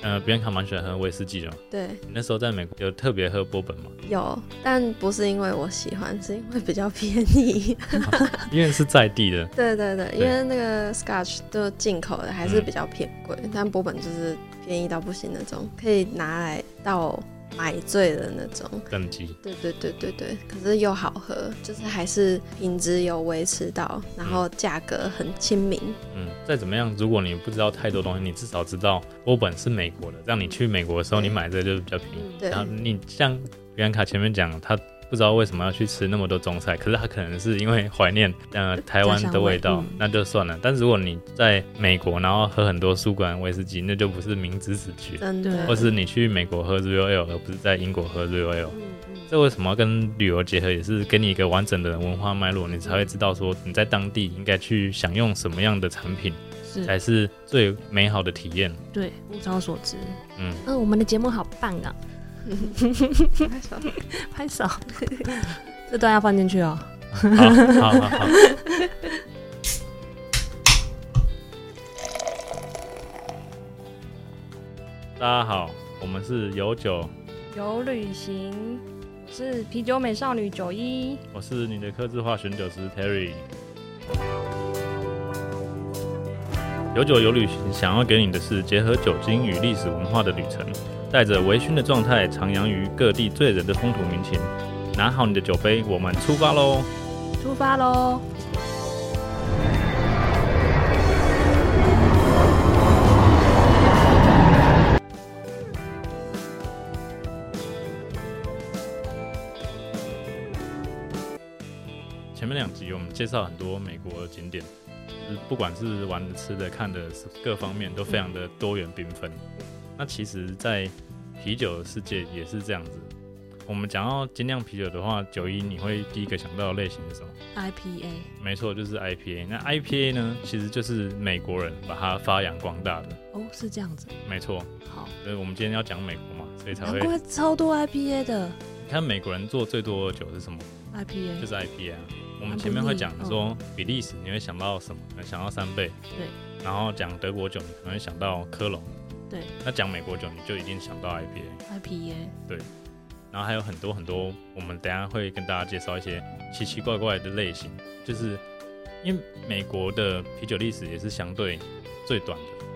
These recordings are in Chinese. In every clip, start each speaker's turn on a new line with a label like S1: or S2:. S1: 呃，别人卡蛮喜欢喝威士忌的嘛。
S2: 对，
S1: 你那时候在美国有特别喝波本吗？
S2: 有，但不是因为我喜欢，是因为比较便宜。
S1: 因为是在地的，
S2: 对对对，
S1: 对
S2: 因为那个 Scotch 就进口的还是
S1: 嗯
S2: 比较偏贵，但波本就是便宜到不行那种，可以拿来到买醉的那种。
S1: 等级
S2: 对对对对对，可是又好喝，就是还是品质有维持到，然后价格很亲民。
S1: 嗯，再怎么样，如果你不知道太多东西，你至少知道波本是美国的，这样你去美国的时候，
S2: 对
S1: 你买这个就是比较便宜。
S2: 嗯对
S1: 然后你像比安卡前面讲，他不知道为什么要去吃那么多中菜，可是他可能是因为怀念呃台湾的味
S3: 家
S1: 道
S3: 乡味嗯，
S1: 那就算了。但如果你在美国，然后喝很多苏格兰威士忌，那就不是明知识去，
S2: 真
S3: 对
S2: 的
S1: 或。是你去美国喝 Real Ale，而不是在英国喝 Real Ale。
S2: 嗯嗯
S1: 这为什么要跟旅游结合？也是给你一个完整的文化脉络，你才会知道说你在当地应该去享用什么样的产品，才
S3: 是
S1: 是最美好的体 验。
S3: 对物超所值。
S1: 嗯
S3: 嗯，我们的节目好棒 啊，
S2: 拍手
S3: 拍手。 这段要放进去哦。
S1: 好，好，好，好。 大家好，我们是有酒，
S4: 有旅行，我是啤酒美少女九一，
S1: 我是你的客制化选酒师 Terry。有酒有旅行，想要给你的是结合酒精与历史文化的旅程，带着微醺的状态，徜徉于各地醉人的风土民情。拿好你的酒杯，我们出发喽！
S3: 出发喽！
S1: 前面两集我们介绍很多美国的景点，就是不管是玩的、吃的、看的各方面都非常的多元缤纷。那其实，在啤酒的世界也是这样子。我们讲到精酿啤酒的话，九一你会第一个想到的类型是什么？
S3: IPA，
S1: 没错，就是 IPA。那 IPA 呢，其实就是美国人把它发扬光大的。
S3: 哦，是这样子，
S1: 没错，
S3: 好，
S1: 所以我们今天要讲美国嘛，所以才
S3: 难
S1: 会
S3: 怪超多 IPA 的
S1: 你看美国人做最多的酒是什么？就
S3: IPA，
S1: 是 IPA 啊。我们前面会讲说比利时，你会想到什么？可能想到三倍。
S3: 嗯对。
S1: 然后讲德国酒，你可能会想到科隆。
S3: 对。
S1: 那讲美国酒，你就一定想到 IPA。
S3: IPA，
S1: 然后还有很多很多，我们等一下会跟大家介绍一些奇奇怪怪的类型，就是因为美国的啤酒历史也是相对最短的。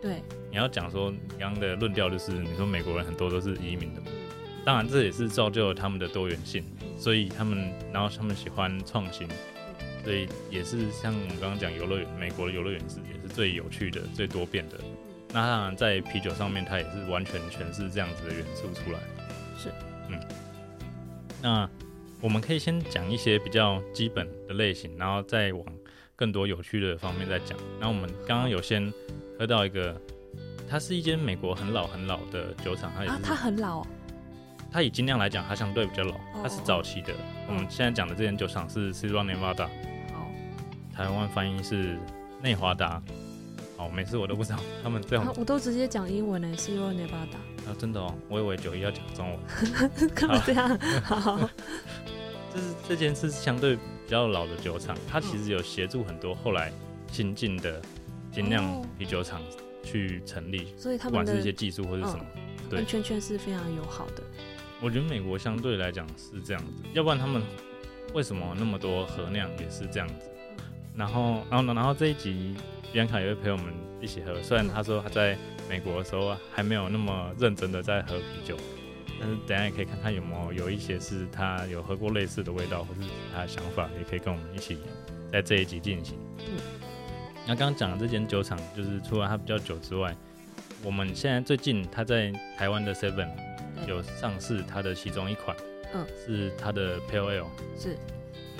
S3: 对，
S1: 你要讲说，你刚刚的论调就是你说美国人很多都是移民的嘛，当然这也是造就了他们的多元性，所以他们然后他们喜欢创新，所以也是像我们刚刚讲游乐园，美国的游乐园是也是最有趣的、最多变的。那当然在啤酒上面，它也是完全诠释这样子的元素出来。
S3: 是，
S1: 嗯。那我们可以先讲一些比较基本的类型，然后再往更多有趣的方面再讲。那我们刚刚有先喝到一个，它是一间美国很老很老的酒厂，它也是、
S3: 啊，它很老哦，
S1: 它以精酿来讲，它相对比较老，它是早期的。
S3: 哦
S1: 我们现在讲的这间酒厂是 Sierra Nevada，
S3: 好，
S1: 台湾翻译是内华达。哦，每次我都不知道他们这种
S3: 啊我都直接讲英文呢 s i e r a Nevada，
S1: 啊，真的哦，我以为九一要讲中文。
S3: 干嘛这样？好，
S1: 就是这间是相对比较老的酒厂，它其实有协助很多后来新进的精酿
S3: 哦
S1: 啤酒厂去成立，
S3: 所以他
S1: 不
S3: 们
S1: 管是
S3: 的嗯
S1: 一些技术或是什么。对
S3: 跟圈圈是非常友好的，
S1: 我觉得美国相对来讲是这样子，要不然他们为什么那么多合酿也是这样子。然后，然后，然后这一集比安卡也会陪我们一起喝，虽然他说他在美国的时候还没有那么认真的在喝啤酒，但是等一下也可以看看有没有有一些是他有喝过类似的味道，或是他的想法，也可以跟我们一起在这一集进行。
S3: 嗯
S1: 那刚刚讲的这间酒厂，就是除了它比较久之外，我们现在最近它在台湾的 Seven
S3: 对
S1: 有上市它的其中一款，
S3: 嗯，
S1: 是它的 Pale Ale。
S3: 是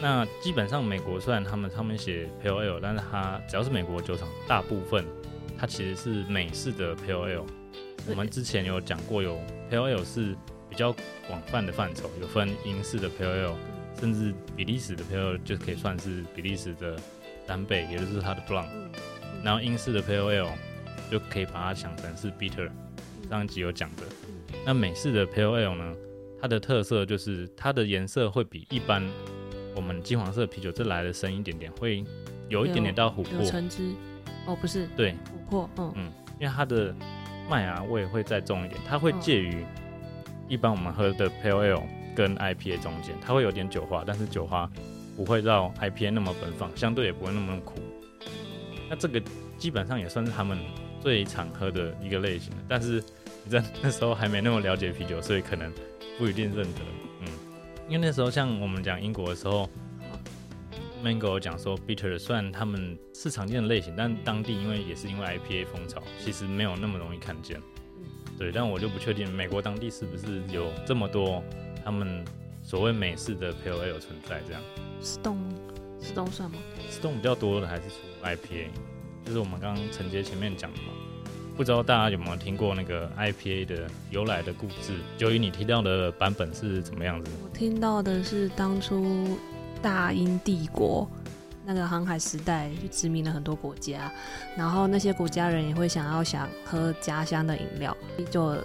S1: 那基本上美国虽然他们他们写 Pale Ale，但是它只要是美国酒厂，大部分它其实是美式的 Pale Ale。我们之前有讲过，有 Pale Ale 是比较广泛的范畴，有分英式的 Pale Ale，甚至比利时的 Pale Ale 就可以算是比利时的单倍，也就是它的 Blonde。然后
S4: 嗯
S1: 英式的 Pale Ale 就可以把它想成是 Bitter，上一集有讲的。那美式的 Pale Ale 呢，它的特色就是它的颜色会比一般我们金黄色啤酒这来的深一点点，会有一点点到琥
S3: 有
S1: 珀，
S3: 橙汁，哦，不是
S1: 对，
S3: 琥珀，嗯
S1: 因为它的麦芽味会再重一点，它会
S3: 嗯
S1: 介于一般我们喝的 Pale Ale 跟 IPA 中间，它会有点酒花，但是酒花不会到 IPA 那么奔放，相对也不会那么苦。那这个基本上也算是他们最常喝的一个类型，但是你在 那时候还没那么了解啤酒，所以可能不一定认得。嗯，因为那时候像我们讲英国的时候，Mango 有讲说 bitter 虽然他们是常见的类型，但当地因为也是因为 IPA 风潮，其实没有那么容易看见。对，但我就不确定美国当地是不是有这么多他们所谓美式的 Pale Ale 存在这样。
S3: 是冻是冻算吗？
S1: Stone 比较多的还是出 IPA，就是我们刚刚承接前面讲的嘛。不知道大家有没有听过那个 IPA 的由来的故事？由于你提到的版本是怎么样子？
S3: 我听到的是当初大英帝国那个航海时代去殖民了很多国家，然后那些国家人也会想要想喝家乡的饮料，就也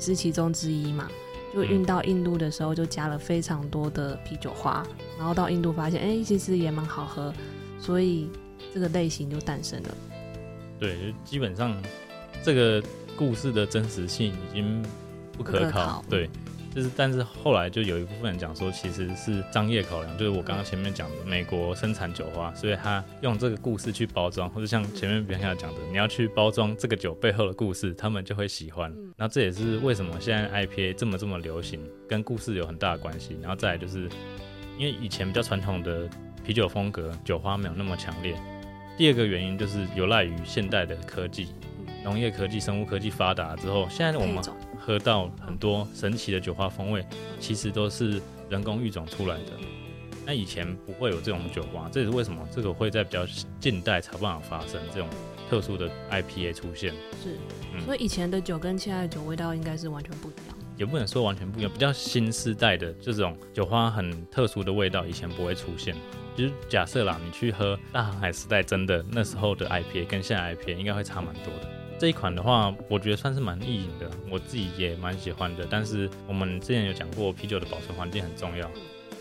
S3: 是其中之一嘛。就运到印度的时候，就加了非常多的啤酒花，然后到印度发现，哎、其实也蛮好喝，所以这个类型就诞生了。
S1: 对，就基本上这个故事的真实性已经不可
S3: 不可
S1: 靠
S3: 靠。
S1: 对，就是但是后来就有一部分人讲说，其实是商业考量，就是我刚刚前面讲的，美国生产酒花，所以他用这个故事去包装，或者像前面别人讲的，你要去包装这个酒背后的故事，他们就会喜欢。然后这也是为什么现在 IPA 这么这么流行，跟故事有很大的关系。然后再来就是因为以前比较传统的啤酒风格，酒花没有那么强烈。第二个原因就是有赖于现代的科技，农业科技、生物科技发达之后，现在我
S3: 配
S1: 们
S3: 种
S1: 喝到很多神奇的酒花风味，其实都是人工育种出来的。那以前不会有这种酒花，这也是为什么这个会在比较近代才有办法发生这种特殊的 IPA 出现，
S3: 是，
S1: 嗯
S3: 所以以前的酒跟现在的酒味道应该是完全不一样。
S1: 也不能说完全不一样，比较新时代的这种酒花很特殊的味道，以前不会出现。就是假设啦，你去喝大航海时代真的那时候的 IPA 跟现在 IPA 应该会差蛮多的。这一款的话，我觉得算是蛮意淫的，我自己也蛮喜欢的。但是我们之前有讲过，啤酒的保存环境很重要。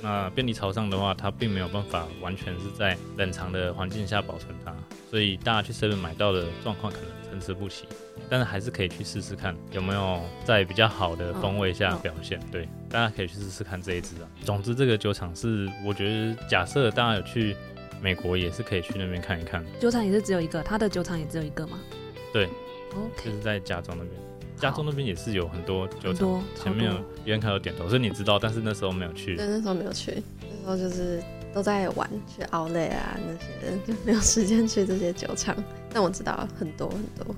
S1: 那便利超商的话，它并没有办法完全是在冷藏的环境下保存它，所以大家去 seven 买到的状况可能参差不齐。但是还是可以去试试看有没有在比较好的风味下
S3: 嗯嗯
S1: 表现。对，大家可以去试试看这一支啊。总之，这个酒厂是我觉得，假设大家有去美国，也是可以去那边看一看，
S3: 酒厂也是只有一个，它的酒厂也只有一个嘛。
S1: 对就
S3: ，OK，
S1: 是在加州那边。加州
S3: 好
S1: 那边也是有很多酒
S3: 很多
S1: 厂，前面有
S3: 超多
S1: 别人看有点头，所以你知道，但是那时候没有去。
S2: 对，那时候没有去，那时候就是都在玩，去熬累啊那些，就没有时间去这些酒厂。但我知道很多很多，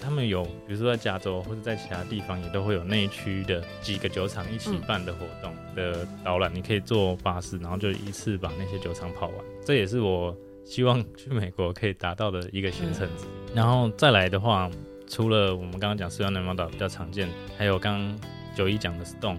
S1: 他们有，比如说在加州或者在其他地方，也都会有那一区的几个酒厂一起办的活动的导览，你可以坐巴士，然后就一次把那些酒厂跑完。这也是我希望去美国可以达到的一个行程之一。然后再来的话，除了我们刚刚讲四川南方岛比较常见，还有刚刚九一讲的 Stone，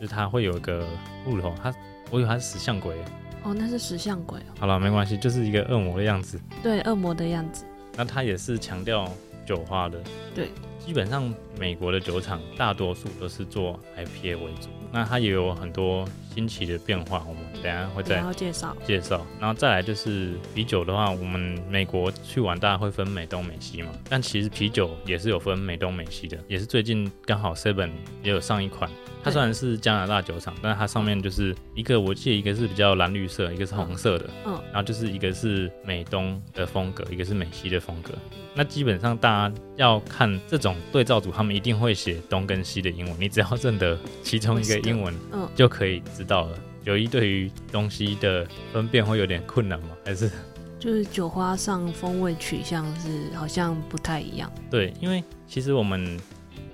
S1: 就是它会有一个木头，它我以为它是石像鬼。
S3: 哦，那是石像鬼哦，
S1: 好了，没关系，就是一个恶魔的样子。
S3: 对，恶魔的样子。
S1: 那它也是强调酒花的。
S3: 对，
S1: 基本上美国的酒厂大多数都是做 IPA 为主，那它也有很多新奇的变化，我们等一下会再
S3: 然后介绍，
S1: 介绍。然后再来就是啤酒的话，我们美国去玩大家会分美东美西嘛，但其实啤酒也是有分美东美西的，也是最近刚好 Seven 也有上一款。它
S3: 对
S1: 虽然是加拿大酒厂，但是它上面就是一个，我记得一个是比较蓝绿色，一个是红色的，
S3: 嗯
S1: 然后就是一个是美东的风格，一个是美西的风格。那基本上大家要看这种对照组，他们一定会写东跟西的英文，你只要认得其中一个英文，
S3: 嗯
S1: 就可以知道了。九一对于东西的分辨会有点困难吗？还是
S3: 就是酒花上风味取向是好像不太一样。
S1: 对，因为其实我们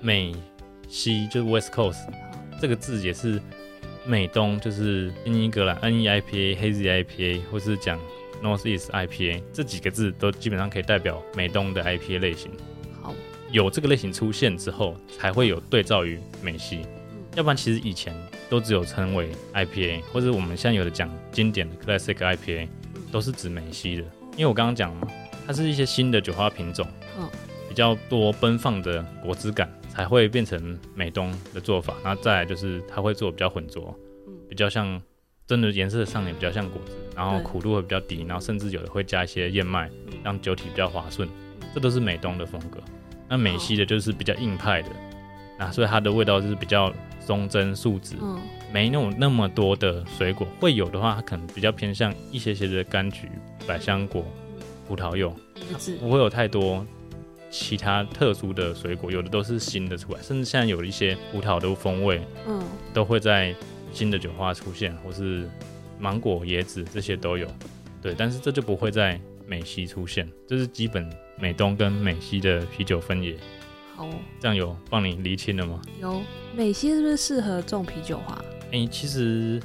S1: 美西就是 West Coast 这个字也是美东，就是新英格兰 NEIPA、Hazy IPA 或是讲 Northeast IPA 这几个字都基本上可以代表美东的 IPA 类型。
S3: 好，
S1: 有这个类型出现之后，才会有对照于美系，
S3: 嗯
S1: 要不然其实以前都只有称为 IPA，或者我们现在有的讲经典的 Classic IPA，都
S3: 嗯
S1: 是指美系的。因为我刚刚讲嘛，它是一些新的酒花品种，
S3: 嗯
S1: 比较多奔放的果汁感，才会变成美东的做法。然后再来就是它会做比较混浊，
S3: 嗯
S1: 比较像真的颜色上也比较像果汁，然后
S3: 对嗯
S1: 苦度会比较低，然后甚至有的会加一些燕麦，让酒体比较滑顺，这都是美东的风格。那那美西
S3: 哦
S1: 的就是比较硬派的，那所以它的味道就是比较松针素质，
S3: 嗯，
S1: 没那种那么多的水果。会有的话，它可能比较偏向一些些的柑橘、百香果、葡萄柚，
S3: 椰子，
S1: 不会有太多其他特殊的水果，有的都是新的出来，甚至现在有一些葡萄的风味
S3: 嗯，
S1: 都会在新的酒花出现，或是芒果、椰子这些都有。对，但是这就不会在美西出现，这是基本美东跟美西的啤酒分野。
S3: 好哦，
S1: 这样有帮你厘清了吗？
S3: 有美西是不是适合种啤酒花？
S1: 哎、其实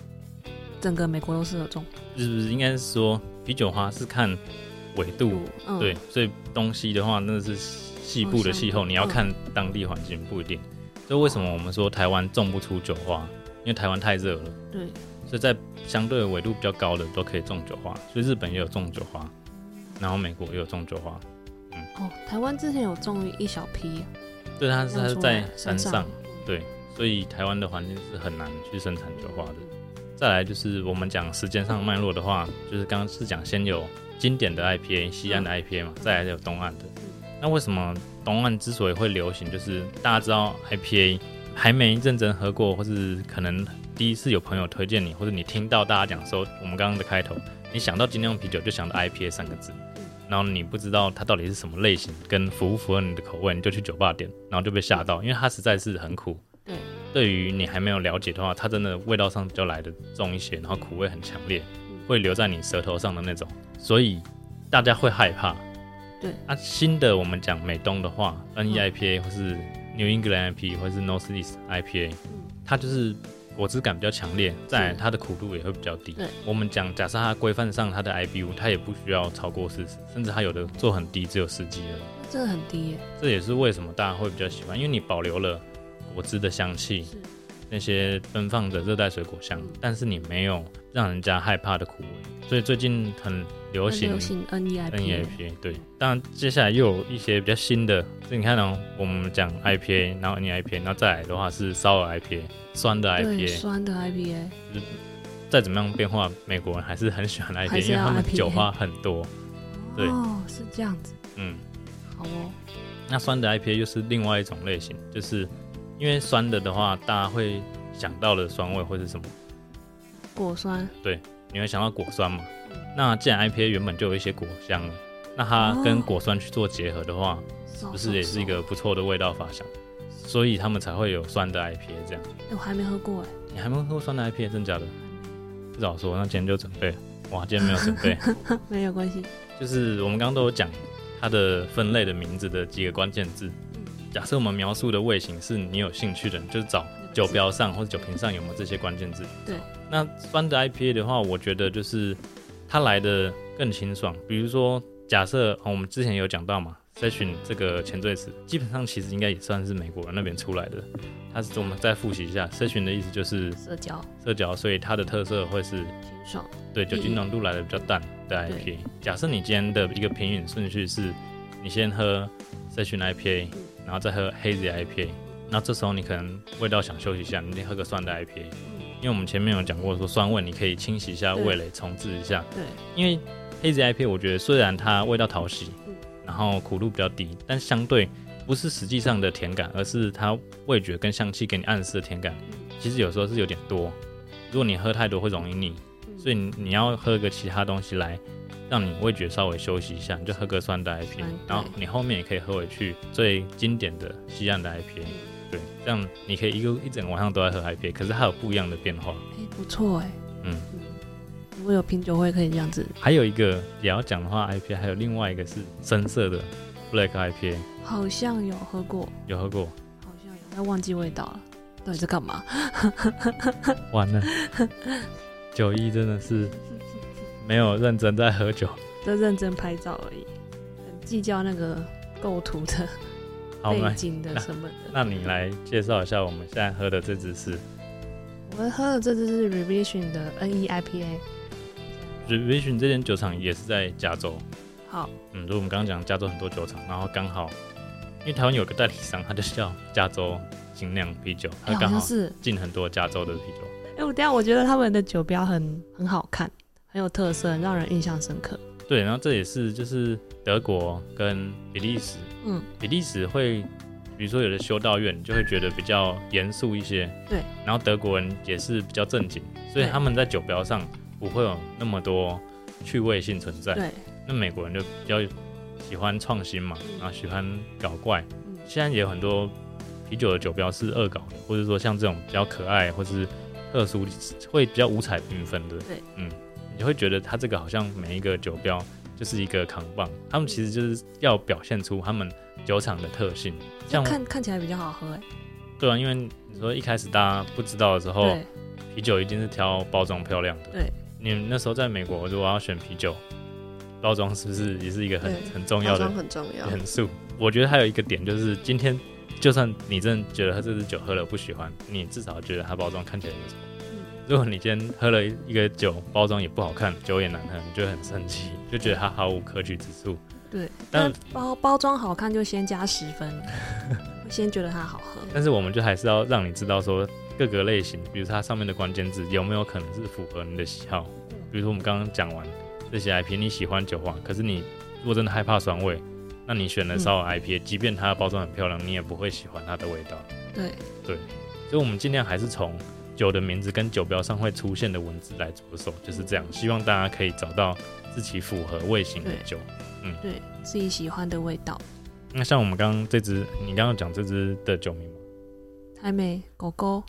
S3: 整个美国都适合种。
S1: 是不是应该是说啤酒花是看纬度，
S3: 嗯，
S1: 对，，所以东西的话那是西部的气候，你要看当地环境不一定。所以为什么我们说台湾种不出酒花？因为台湾太热了，
S3: 对，
S1: 所以在相对纬度比较高的都可以种酒花，所以日本也有种酒花，然后美国也有种酒花，
S3: 哦，台湾之前有种一小批，
S1: 对，它是它是在山
S3: 山
S1: 上
S3: 上，
S1: 对，所以台湾的环境是很难去生产酒花的。再来就是我们讲时间上脉络的话，就是刚刚是讲先有经典的 IPA，西岸的 IPA 嘛，再来有东岸的。那为什么东岸之所以会流行，就是大家知道 IPA 还没认真喝过，或是可能第一次有朋友推荐你，或者你听到大家讲说我们刚刚的开头，你想到精酿啤酒就想到 IPA 三个字，然后你不知道它到底是什么类型，跟符不符合你的口味，你就去酒吧点，然后就被吓到，因为它实在是很苦。
S3: 对，
S1: 对于你还没有了解的话，它真的味道上比较来的重一些，然后苦味很强烈，
S3: 嗯
S1: 会留在你舌头上的那种，所以大家会害怕。
S3: 对
S1: 啊，新的我们讲美东的话，N E
S3: 嗯
S1: I P A 或是 New England I P 或是 North East I P A，它
S3: 嗯
S1: 就是果汁感比较强烈，再来它的苦度也会比较低
S3: 对。
S1: 我们讲，假设它规范上它的 IBU，它也不需要超过四十，甚至它有的做很低，只有十几而已。
S3: 真的很低耶。
S1: 这也是为什么大家会比较喜欢，因为你保留了果汁的香气
S3: 是，嗯
S1: 那些奔放的热带水果香，但是你没有让人家害怕的苦味。所以最近很流
S3: 很
S1: 行
S3: 流行 N E I
S1: N E I
S3: P，
S1: P A，对。当然，接下来又有一些比较新的，所以你看哦，我们讲 I P A，然后 N E I P A，然后再来的话是烧鹅 I P A，酸的 I
S3: 对，
S1: P A，
S3: 酸的 I P A，
S1: 再怎么样变化，美国人还是很喜欢 I P
S3: 还
S1: A，
S3: 是
S1: 因为他
S3: 要
S1: 们
S3: IPA
S1: 酒花很多。对
S3: 哦，是这样子，
S1: 嗯，
S3: 好哦，
S1: 那酸的 I P A 又是另外一种类型，就是因为酸的的话，大家会想到的酸味会是什么？
S3: 果酸，
S1: 你会想到果酸嘛？那既然 I P A 原本就有一些果香了，那它跟
S3: 哦
S1: 果酸去做结合的话，
S3: 不
S1: 不是也是一
S3: 哦
S1: 个不错的味道发想？所以他们才会有酸的 I P A 这样。
S3: 哎，我还没喝过哎，
S1: 你还没喝过酸的 I P A，真假的？不早说，那今天就准备。哇，今天没有准备。
S3: 没有关系，
S1: 就是我们刚刚都有讲它的分类的名字的几个关键字。假设我们描述的味型是你有兴趣的，你就找酒标上或者酒瓶上有没有这些关键字。
S3: 对。
S1: 那酸的 IPA 的话，我觉得就是它来的更清爽。比如说，假设、哦我们之前有讲到嘛，session 这个前缀词，基本上其实应该也算是美国人那边出来的。它是我们再复习一下，session 的意思就是
S3: 社交
S1: 社交，所以它的特色会是
S3: 清爽，
S1: 对，酒精浓度来的比较淡的 IPA
S3: 对。
S1: 假设你今天的一个品饮顺序是，你先喝 Session IPA，然
S3: 嗯
S1: 后再喝 Hazy IPA，那这时候你可能味道想休息一下，你先喝个酸的 IPA，因为我们前面有讲过说酸味你可以清洗一下
S3: 嗯对
S1: 味蕾，重置一下。
S3: 对，
S1: 因为 Hazy IPA 我觉得虽然它味道讨喜
S3: 嗯，
S1: 然后苦度比较低，但相对不是实际上的甜感，而是它味觉跟香气给你暗示的甜感，
S3: 嗯
S1: 其实有时候是有点多。如果你喝太多会容易腻，所以你你要喝个其他东西来让你味觉稍微休息一下，你就喝个酸的 IPA，
S3: 酸
S1: 然后你后面也可以喝回去最经典的西岸的 IPA，对，这样你可以一个一整个晚上都在喝 IPA，可是它有不一样的变化。
S3: 哎，不错哎，
S1: 嗯，
S3: 如果有品酒会可以这样子，
S1: 还有一个也要讲的话，IPA 还有另外一个是深色的 Black IPA，
S3: 好像有喝过，
S1: 有喝过？
S3: 好像有，但忘记味道了，到底在干嘛？
S1: 完了，九一真的是没有认真在喝酒。
S3: 在认真拍照而已，很计较那个构图的
S1: 好，我们
S3: 背
S1: 来
S3: 景的什么的。
S1: 那你来介绍一下我们现在喝的这支是
S3: 我喝的这支是 Revision 的 E NE IPA。
S1: Revision 这间酒厂也是在加州。
S3: 好，
S1: 嗯，就我们刚刚讲加州很多酒厂，然后刚好因为台湾有个代理商，它就叫加州精酿啤酒，
S3: 哎、
S1: 它
S3: 好
S1: 刚
S3: 像
S1: 好
S3: 是，
S1: 进很多加州的啤酒。
S3: 哎、我等一下我觉得他们的酒标很很好看，很有特色，很让人印象深刻。
S1: 对，然后这也是就是德国跟比利时，
S3: 嗯，
S1: 比利时会，比如说有的修道院你就会觉得比较严肃一些，
S3: 对，
S1: 然后德国人也是比较正经，所以
S3: 对
S1: 他们在酒标上不会有那么多趣味性存在。
S3: 对，
S1: 那美国人就比较喜欢创新嘛，然后喜欢搞怪。
S3: 嗯
S1: 现在也有很多啤酒的酒标是恶搞的，或者说像这种比较可爱或是特殊，会比较五彩缤纷的。
S3: 对，
S1: 嗯，你会觉得它这个好像每一个酒标就是一个扛棒，他们其实就是要表现出他们酒厂的特性。像
S3: 看看起来比较好喝哎、
S1: 对啊，因为你说一开始大家不知道的时候，
S3: 对，
S1: 啤酒一定是挑包装漂亮的。
S3: 对，
S1: 你们那时候在美国，如果要选啤酒，包装是不是也是一个很
S2: 对
S1: 很重
S2: 嗯包
S1: 要的
S2: 装很重要。
S1: 元素？我觉得还有一个点就是，今天就算你真的觉得这支酒喝了不喜欢，你至少觉得它包装看起来不错。
S2: 嗯
S1: 如果你今天喝了一个酒，包装也不好看，酒也难喝，你就会很生气，就觉得它毫无可取之处。
S3: 对，
S1: 但
S3: 但包包装好看就先加十分， 先觉得它好喝。
S1: 但是我们就还是要让你知道说各个类型，比如它上面的关键字有没有可能是符合你的喜好。比如说我们刚刚讲完这些 IP，你喜欢酒花，可是你如果真的害怕酸味，那你选了烧烤 IPA，、即便它的包装很漂亮，你也不会喜欢它的味道。
S3: 对，
S1: 所以我们尽量还是从酒的名字跟酒标上会出现的文字来着手，就是这样。希望大家可以找到自己符合味型的
S3: 对
S1: 酒。
S3: 对自己喜欢的味道。
S1: 那像我们刚刚这支，你刚刚讲这支的酒名吗？
S3: 台美狗狗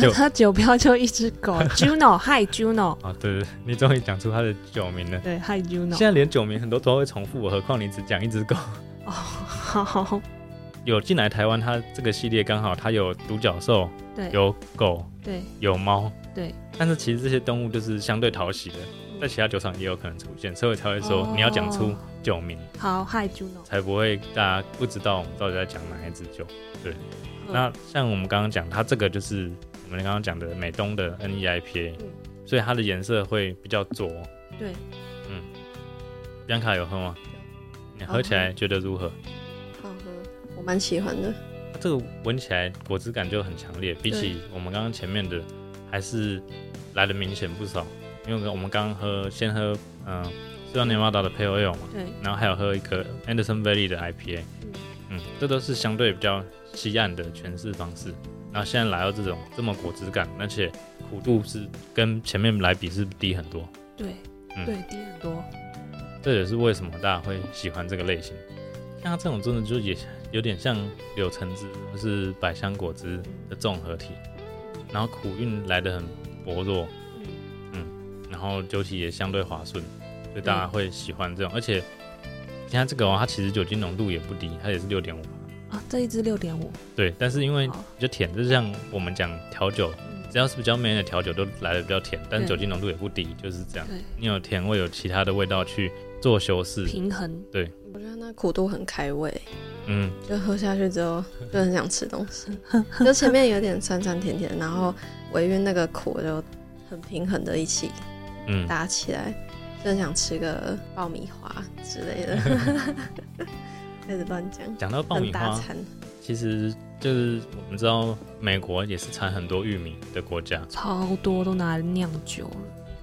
S1: 就，
S3: 它酒标就一只 狗，Juno，嗨 Juno，
S1: 啊，对对，对你终于讲出它的酒名了。
S3: 对，嗨
S1: 现
S3: Juno，
S1: 在连酒名很多都会重复，我何况你只讲一只狗。
S3: 哦，好，
S1: 有进来台湾，它这个系列刚好它有独角兽，
S3: 对
S1: 有狗，
S3: 对
S1: 有猫，
S3: 对。
S1: 但是其实这些动物就是相对讨喜的，
S2: 嗯
S1: 在其他酒厂也有可能出现，所以我才会说你要讲出
S3: 哦
S1: 酒名，
S3: 好，嗨 Juno，
S1: 才不会大家不知道我们到底在讲哪一支酒。对，那像我们刚刚讲，它这个就是我们刚刚讲的美东的 E NEIPA，、
S3: 嗯
S1: 所以它的颜色会比较浊。
S3: 对，
S1: 嗯，b i a n c a 有喝吗？你喝起来觉得如何？
S2: 好喝，我蛮喜欢的。
S1: 这个闻起来果汁感就很强烈，比起我们刚刚前面的，还是来的明显不少。因为我们刚刚喝先喝嗯，虽然 Nevada 的 Pale Ale 嘛，
S3: 对
S1: 然后还有喝一个 Anderson Valley 的 IPA，嗯，这都是相对比较西岸的诠释方式。然后现在来到这种这么果汁感，而且苦度是跟前面来比是低很多，
S3: 对
S1: 嗯
S3: 对，低很多，
S1: 这也是为什么大家会喜欢这个类型。像它这种真的就也有点像柳橙汁或是百香果汁的综合体，然后苦韵来的很薄弱，嗯，然后酒体也相对滑顺，所以大
S3: 嗯
S1: 家会喜欢这种。而且你看这个哦，它其实酒精浓度也不低，它也是六点五，
S3: 啊，这一支六点五，
S1: 对，但是因为比
S3: 好嗯
S1: 较甜，就像我们讲调酒，只要是比较 man 的调酒都来的比较甜，但是酒
S3: 对
S1: 精浓度也不低，就是这样
S3: 对。
S1: 你有甜味，有其他的味道去做修饰，
S3: 平衡，
S2: 我觉得那苦度很开胃，
S1: 嗯，
S2: 就喝下去之后就很想吃 东西。就前面有点酸酸甜甜，然后尾韵那个苦就很平衡的一起
S1: 嗯，
S2: 搭起来，就很想吃个爆米花之 类的。 开始乱讲，
S1: 讲到爆
S2: 很
S1: 米
S2: 大
S1: 花，
S2: 餐。
S1: 其实就是我们知道美国也是产很多玉米的国家，
S3: 超多都拿来酿酒了，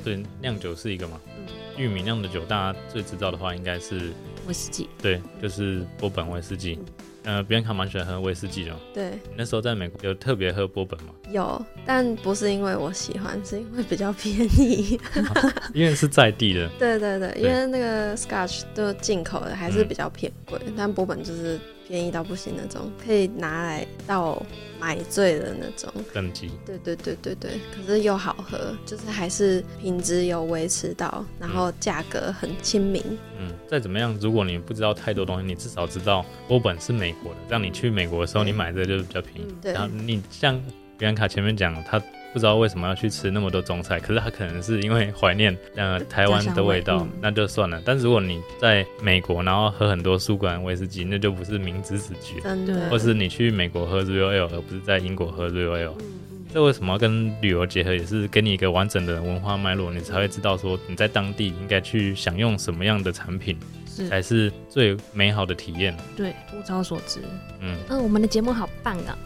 S1: 对，酿酒是一个嘛
S3: 嗯。
S1: 玉米酿的酒，大家最知道的话应该是
S3: 威士忌，
S1: 对，就是波本威士忌。呃，别人卡蛮喜欢喝威士忌的嘛，
S2: 对，
S1: 那时候在美国有特别喝波本嘛，
S2: 有，但不是因为我喜欢，是因为比较便宜。
S1: 因为是在地的，
S2: 对对对，
S1: 对
S2: 因为那个 Scotch 都进口的，还是
S1: 嗯
S2: 比较偏贵，但波本就是便宜到不行那种，可以拿来到买醉的那种。
S1: 等级
S2: 对对对对对，可是又好喝，就是还是品质有维持到，然后价格很亲民。
S1: 嗯，再怎么样，如果你不知道太多东西，你至少知道波本是美国的，让你去美国的时候，你买这个就是比较便
S3: 嗯
S1: 宜。
S2: 对
S1: 然后你像比安卡前面讲，他不知道为什么要去吃那么多中菜，可是他可能是因为怀念呃台湾的味
S3: 家
S1: 道
S3: 乡味嗯，
S1: 那就算了。但如果你在美国，然后喝很多苏格兰威士忌，那就不是明知之举，
S2: 真
S3: 对
S2: 的。
S1: 或 是你去美国喝 Real Ale，而不是在英国喝 Real Ale。
S3: 嗯
S1: 这为什么要跟旅游结合？也是给你一个完整的文化脉络，你才会知道说你在当地应该去享用什么样的产品。
S3: 嗯，是
S1: 才是最美好的体验。
S3: 对，物超所值。
S1: 嗯，
S3: 嗯，我们的节目好棒啊，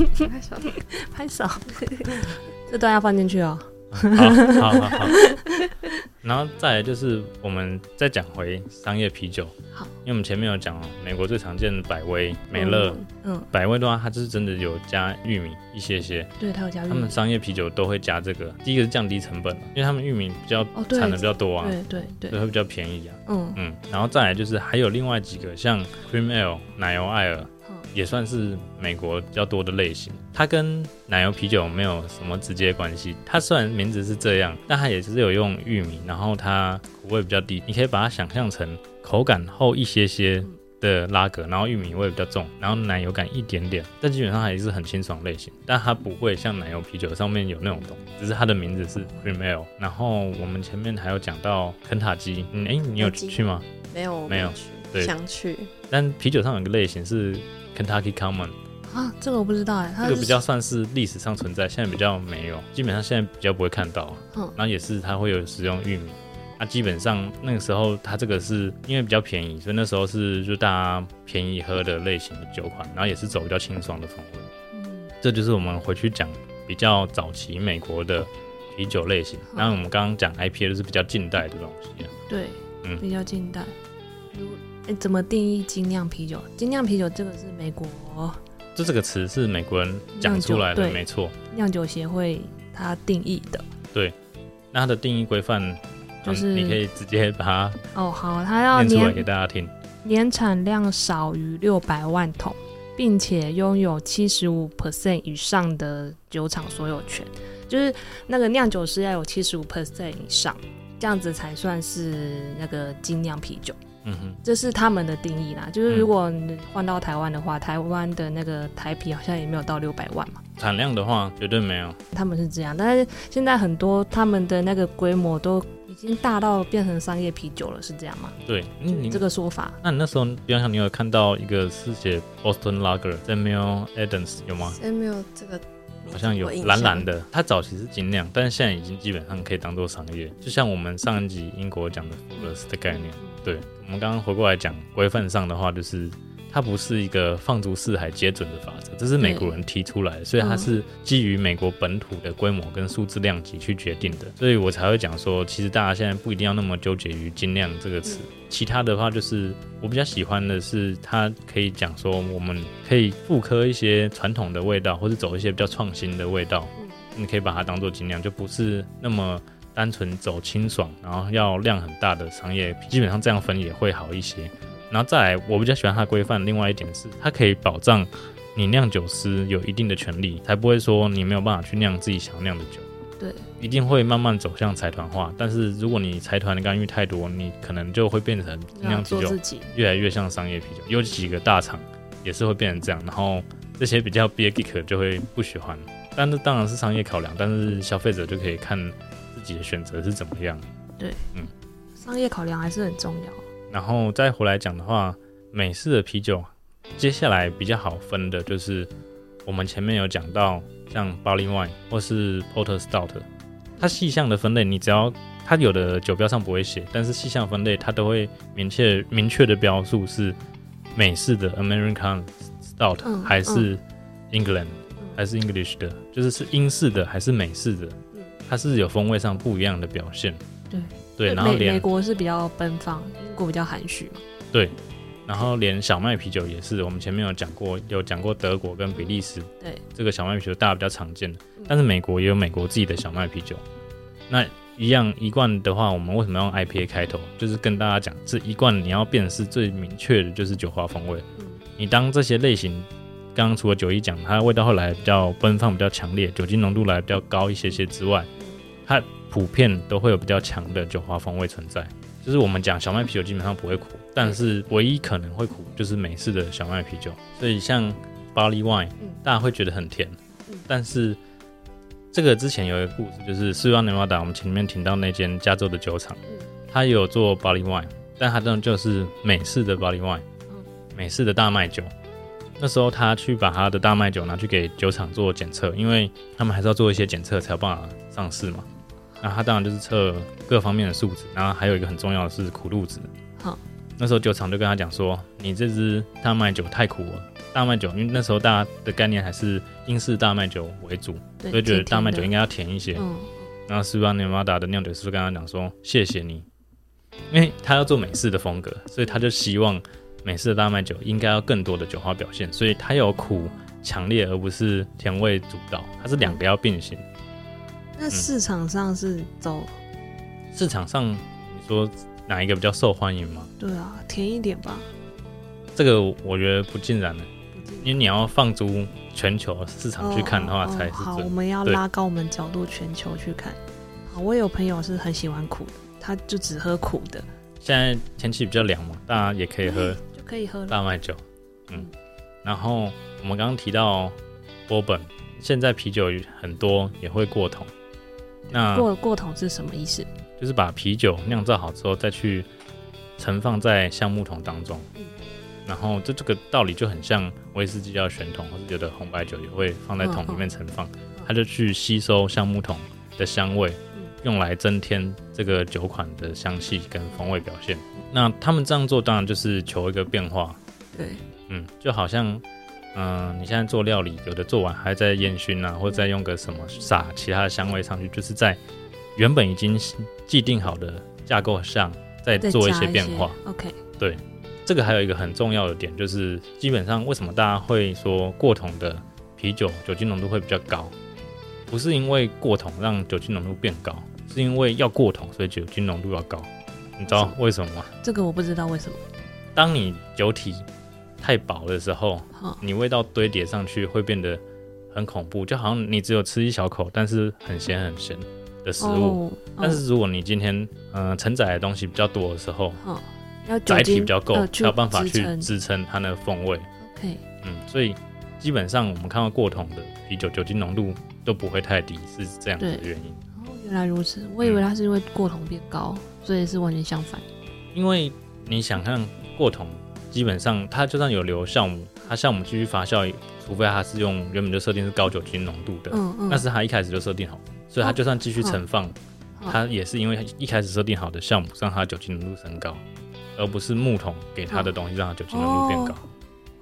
S2: 太爽了
S3: 拍手，这段要放进去哦。
S1: 好，好，好，好。然后再来就是我们再讲回商业啤酒，
S3: 好，
S1: 因为我们前面有讲美国最常见的百威、美乐、
S3: 嗯，
S1: 百威的话，它就是真的有加玉米一些些，
S3: 对，它有加入
S1: 他们商业啤酒都会加这个。第一个是降低成本嘛，因为他们玉米比较
S3: 哦对
S1: 产的比较多啊，
S3: 对
S1: 所
S3: 对
S1: 以
S3: 对，
S1: 会比较便宜啊。
S3: 嗯
S1: 嗯，然后再来就是还有另外几个像 cream ale 奶油艾尔，
S3: 嗯
S1: 也算是美国比较多的类型。它跟奶油啤酒没有什么直接关系。它虽然名字是这样，但它也是有用玉米，然后它苦味比较低。你可以把它想象成口感厚一些些的拉格，然后玉米味比较重，然后奶油感一点点，但基本上还是很清爽类型。但它不会像奶油啤酒上面有那种东西，只是它的名字是 cream ale。然后我们前面还有讲到肯塔基，嗯，哎、你有
S2: 肯塔基
S1: 去吗？
S2: 没有
S1: 没有
S2: 去，
S1: 对
S2: 想去
S1: 但啤酒上有一个类型是 Kentucky Common。
S3: 啊，这个我不知道哎，它
S1: 这个
S3: 是
S1: 比较算是历史上存在，现在比较没有，基本上现在比较不会看到。啊
S3: 嗯
S1: 然后也是它会有使用玉米。啊，基本上那个时候它这个是因为比较便宜，所以那时候是就大家便宜喝的类型的酒款，然后也是走比较清爽的风味。
S3: 嗯
S1: 这就是我们回去讲比较早期美国的啤酒类型。
S3: 嗯
S1: 然后我们刚刚讲 IPA 就是比较近代的东西啊。
S3: 对，
S1: 嗯
S3: 比较近代。如哎，怎么定义精酿啤酒？精酿啤酒这个是美国
S1: 就这个词是美国人讲出来的，
S3: 酿酒对
S1: 没错。
S3: 酿酒协会它定义的。
S1: 那它的定义规范，
S3: 就是
S1: 嗯你可以直接把
S3: 哦，好，它要
S1: 它念出来
S3: 年
S1: 给大家听。
S3: 年产量少于六百万桶，并且拥有七十五 percent 以上的酒厂所有权，就是那个酿酒师要有七十五 percent 以上，这样子才算是那个精酿啤酒。
S1: 嗯哼。
S3: 这是他们的定义啦，就是
S1: 嗯
S3: 如果你换到台湾的话，台湾的那个台啤好像也没有到六百万嘛，
S1: 产量的话，绝对没有。
S3: 他们是这样。但是现在很多他们的那个规模都已经大到变成商业啤酒了，是这样吗？
S1: 对，
S3: 就
S1: 嗯你
S3: 这个说法
S1: 那你那时候，比方说你有看到一个是写 Boston Lager Samuel Adams 有吗？
S2: 所以没有这个，
S1: 好像有
S2: 没什么印象
S1: 蓝蓝。的，它早期是精酿，但是现在已经基本上可以当做商业，就像我们上一集英国讲的 f u s 的概念。对，我们刚刚回过来讲规范上的话，就是它不是一个放逐四海皆准的法则，这是美国人提出来的，所以它是基于美国本土的规模跟数字量级去决定的，所以我才会讲说，其实大家现在不一定要那么纠结于“精酿”这个词。其他的话，就是我比较喜欢的是，它可以讲说，我们可以复刻一些传统的味道，或是走一些比较创新的味道，
S2: 嗯
S1: 你可以把它当做精酿，就不是那么单纯走清爽，然后要量很大的商业，基本上这样分也会好一些。然后再来，我比较喜欢它的规范，另外一点是它可以保障你酿酒师有一定的权利，才不会说你没有办法去酿自己想酿的酒。
S3: 对，
S1: 一定会慢慢走向财团化。但是如果你财团的干预太多，你可能就会变成精酿
S3: 要
S1: 啤
S3: 啊做
S1: 酒
S3: 自己，
S1: 越来越像商业啤酒，有几个大厂也是会变成这样，然后这些比较 beer geek 的就会不喜欢。但这当然是商业考量，但是消费者就可以看自己的选择是怎么样。
S3: 商业考量还是很重要。
S1: 然后再回来讲的话，美式的啤酒，接下来比较好分的就是我们前面有讲到像 barley wine 或是 porter stout，它细项的分类，你只要它有的酒标上不会写，但是细项分类它都会明确明确的标注是美式的 American stout、
S3: 嗯
S1: 还是 England、
S3: 嗯
S1: 还是 English 的，就是是英式的还是美式的
S3: 嗯，
S1: 它是有风味上不一样的表现。
S3: 对
S1: 对，
S3: 对
S1: 然后
S3: 美美
S1: 连
S3: 国是比较奔放，英国比较含蓄嘛。
S1: 然后连小麦啤酒也是，我们前面有讲过，有讲过德国跟比利时，
S3: 对，
S1: 这个小麦啤酒大家比较常见的
S3: 嗯，
S1: 但是美国也有美国自己的小麦啤酒。那一样一罐的话，我们为什么要用 IPA 开头？就是跟大家讲，这一罐你要辨识最明确的就是酒花风味。
S3: 嗯
S1: 你当这些类型，刚刚除了酒一讲，它的味道会来得比较奔放、比较强烈，酒精浓度来得比较高一些些之外，它普遍都会有比较强的酒花风味存在。就是我们讲小麦啤酒基本上不会苦，但是唯一可能会苦就是美式的小麦啤酒。所以像 barley wine，、
S3: 嗯
S1: 大家会觉得很甜，
S3: 嗯
S1: 但是这个之前有一个故事，就是斯万尼瓦达，我们前面提到那间加州的酒厂，
S3: 嗯
S1: 它也有做 barley wine，但它真的就是美式的 barley wine，、
S3: 嗯
S1: 美式的大麦酒。那时候他去把他的大麦酒拿去给酒厂做检测，因为他们还是要做一些检测才有办法上市嘛。那他当然就是测各方面的数值，然后还有一个很重要的是苦度值。
S3: 好，
S1: 那时候酒厂就跟他讲说，你这支大麦酒太苦了。大麦酒，因为那时候大家的概念还是英式大麦酒为主，
S3: 对
S1: 所以觉得大麦酒应
S3: 该
S1: 该要甜一些。
S3: 嗯
S1: 然后斯巴尼马达的酿酒师跟他讲说：“谢谢你，因为他要做美式的风格，所以他就希望美式的大麦酒应该要更多的酒花表现，所以它有苦强烈，而不是甜味主导，它是两个要并行。嗯
S3: 那市场上是走
S1: 市场上你说哪一个比较受欢迎吗？
S3: 对啊，甜一点吧，
S1: 这个我觉得不尽然的，
S3: 不记得
S1: 因为你要放诸全球市场去看的话
S3: 哦哦
S1: 才是
S3: 好，
S1: 准
S3: 我。们要
S1: 对
S3: 拉高我们角度，全球去看。好，我有朋友是很喜欢苦的，他就只喝苦的，
S1: 现在天气比较凉嘛，大家也可以喝
S3: 就可以喝了。
S1: 大麦酒，嗯，然后我们刚刚提到波本，现在啤酒很多也会过桶，那
S3: 过过桶是什么意思？
S1: 就是把啤酒酿造好之后再去盛放在橡木桶当中，然后这这个道理就很像威士忌要选桶，或是有的红白酒也会放在桶里面盛放，它就去吸收橡木桶的香味，用来增添这个酒款的香气跟风味表现。那他们这样做当然就是求一个变化，
S3: 对，
S1: 嗯，就好像，嗯、你现在做料理，有的做完还在烟熏啊，或者再用个什么撒其他的香味上去，就是在原本已经既定好的架构上再
S3: 再
S1: 做一
S3: 加
S1: 些变化。。
S3: OK，
S1: 这个还有一个很重要的点，就是基本上为什么大家会说过桶的啤酒酒精浓度会比较高，不是因为过桶让酒精浓度变高，是因为要过桶，所以酒精浓度要高。你知道为什么吗？
S3: 这个我不知道为什么。
S1: 当你酒体太薄的时候，
S3: 好，
S1: 你味道堆叠上去会变得很恐怖，就好像你只有吃一小口，但是很咸很咸的食物。
S3: 哦，
S1: 但是如果你今天嗯、呃承载的东西比较多的时候，
S3: 好，要酒
S1: 载体
S3: 精
S1: 比较够，
S3: 呃
S1: 才有办法
S3: 支
S1: 去
S3: 撑
S1: 支撑它那个风味。
S3: OK，
S1: 嗯，所以基本上我们看到过桶的啤酒酒精浓度都不会太低，是这样子的
S3: 对
S1: 原因。
S3: 哦，原来如此，我以
S1: 嗯
S3: 为它是因为过桶变高，所以是完全相反。
S1: 因为你想看过桶，基本上它就算有留酵母，它酵母继续发酵，除非它是用原本就设定是高酒精浓度的，
S3: 嗯嗯，
S1: 那是他一开始就设定好，所以他就算继续盛放，
S3: 哦
S1: 他也是因为一开始设定好的项目让它酒精浓度升高，而不是木桶给他的东西让它酒精浓度变高。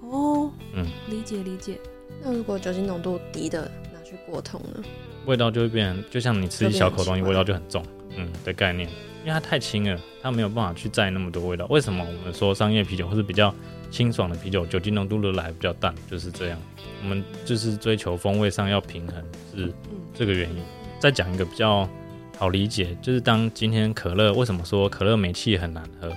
S3: 哦，
S1: 嗯，
S3: 理解理解，
S2: 那如果酒精浓度低的拿去过桶呢？
S1: 味道就会变，就像你吃一小口东西，
S2: 就变很奇怪
S1: 味道就很重，嗯的概念，因为它太轻了，它没有办法去载那么多味道。为什么我们说商业啤酒或是比较清爽的啤酒，酒精浓度都来比较淡，就是这样。我们就是追求风味上要平衡，是这个原因。再讲一个比较好理解，就是当今天可乐为什么说可乐没气很难喝，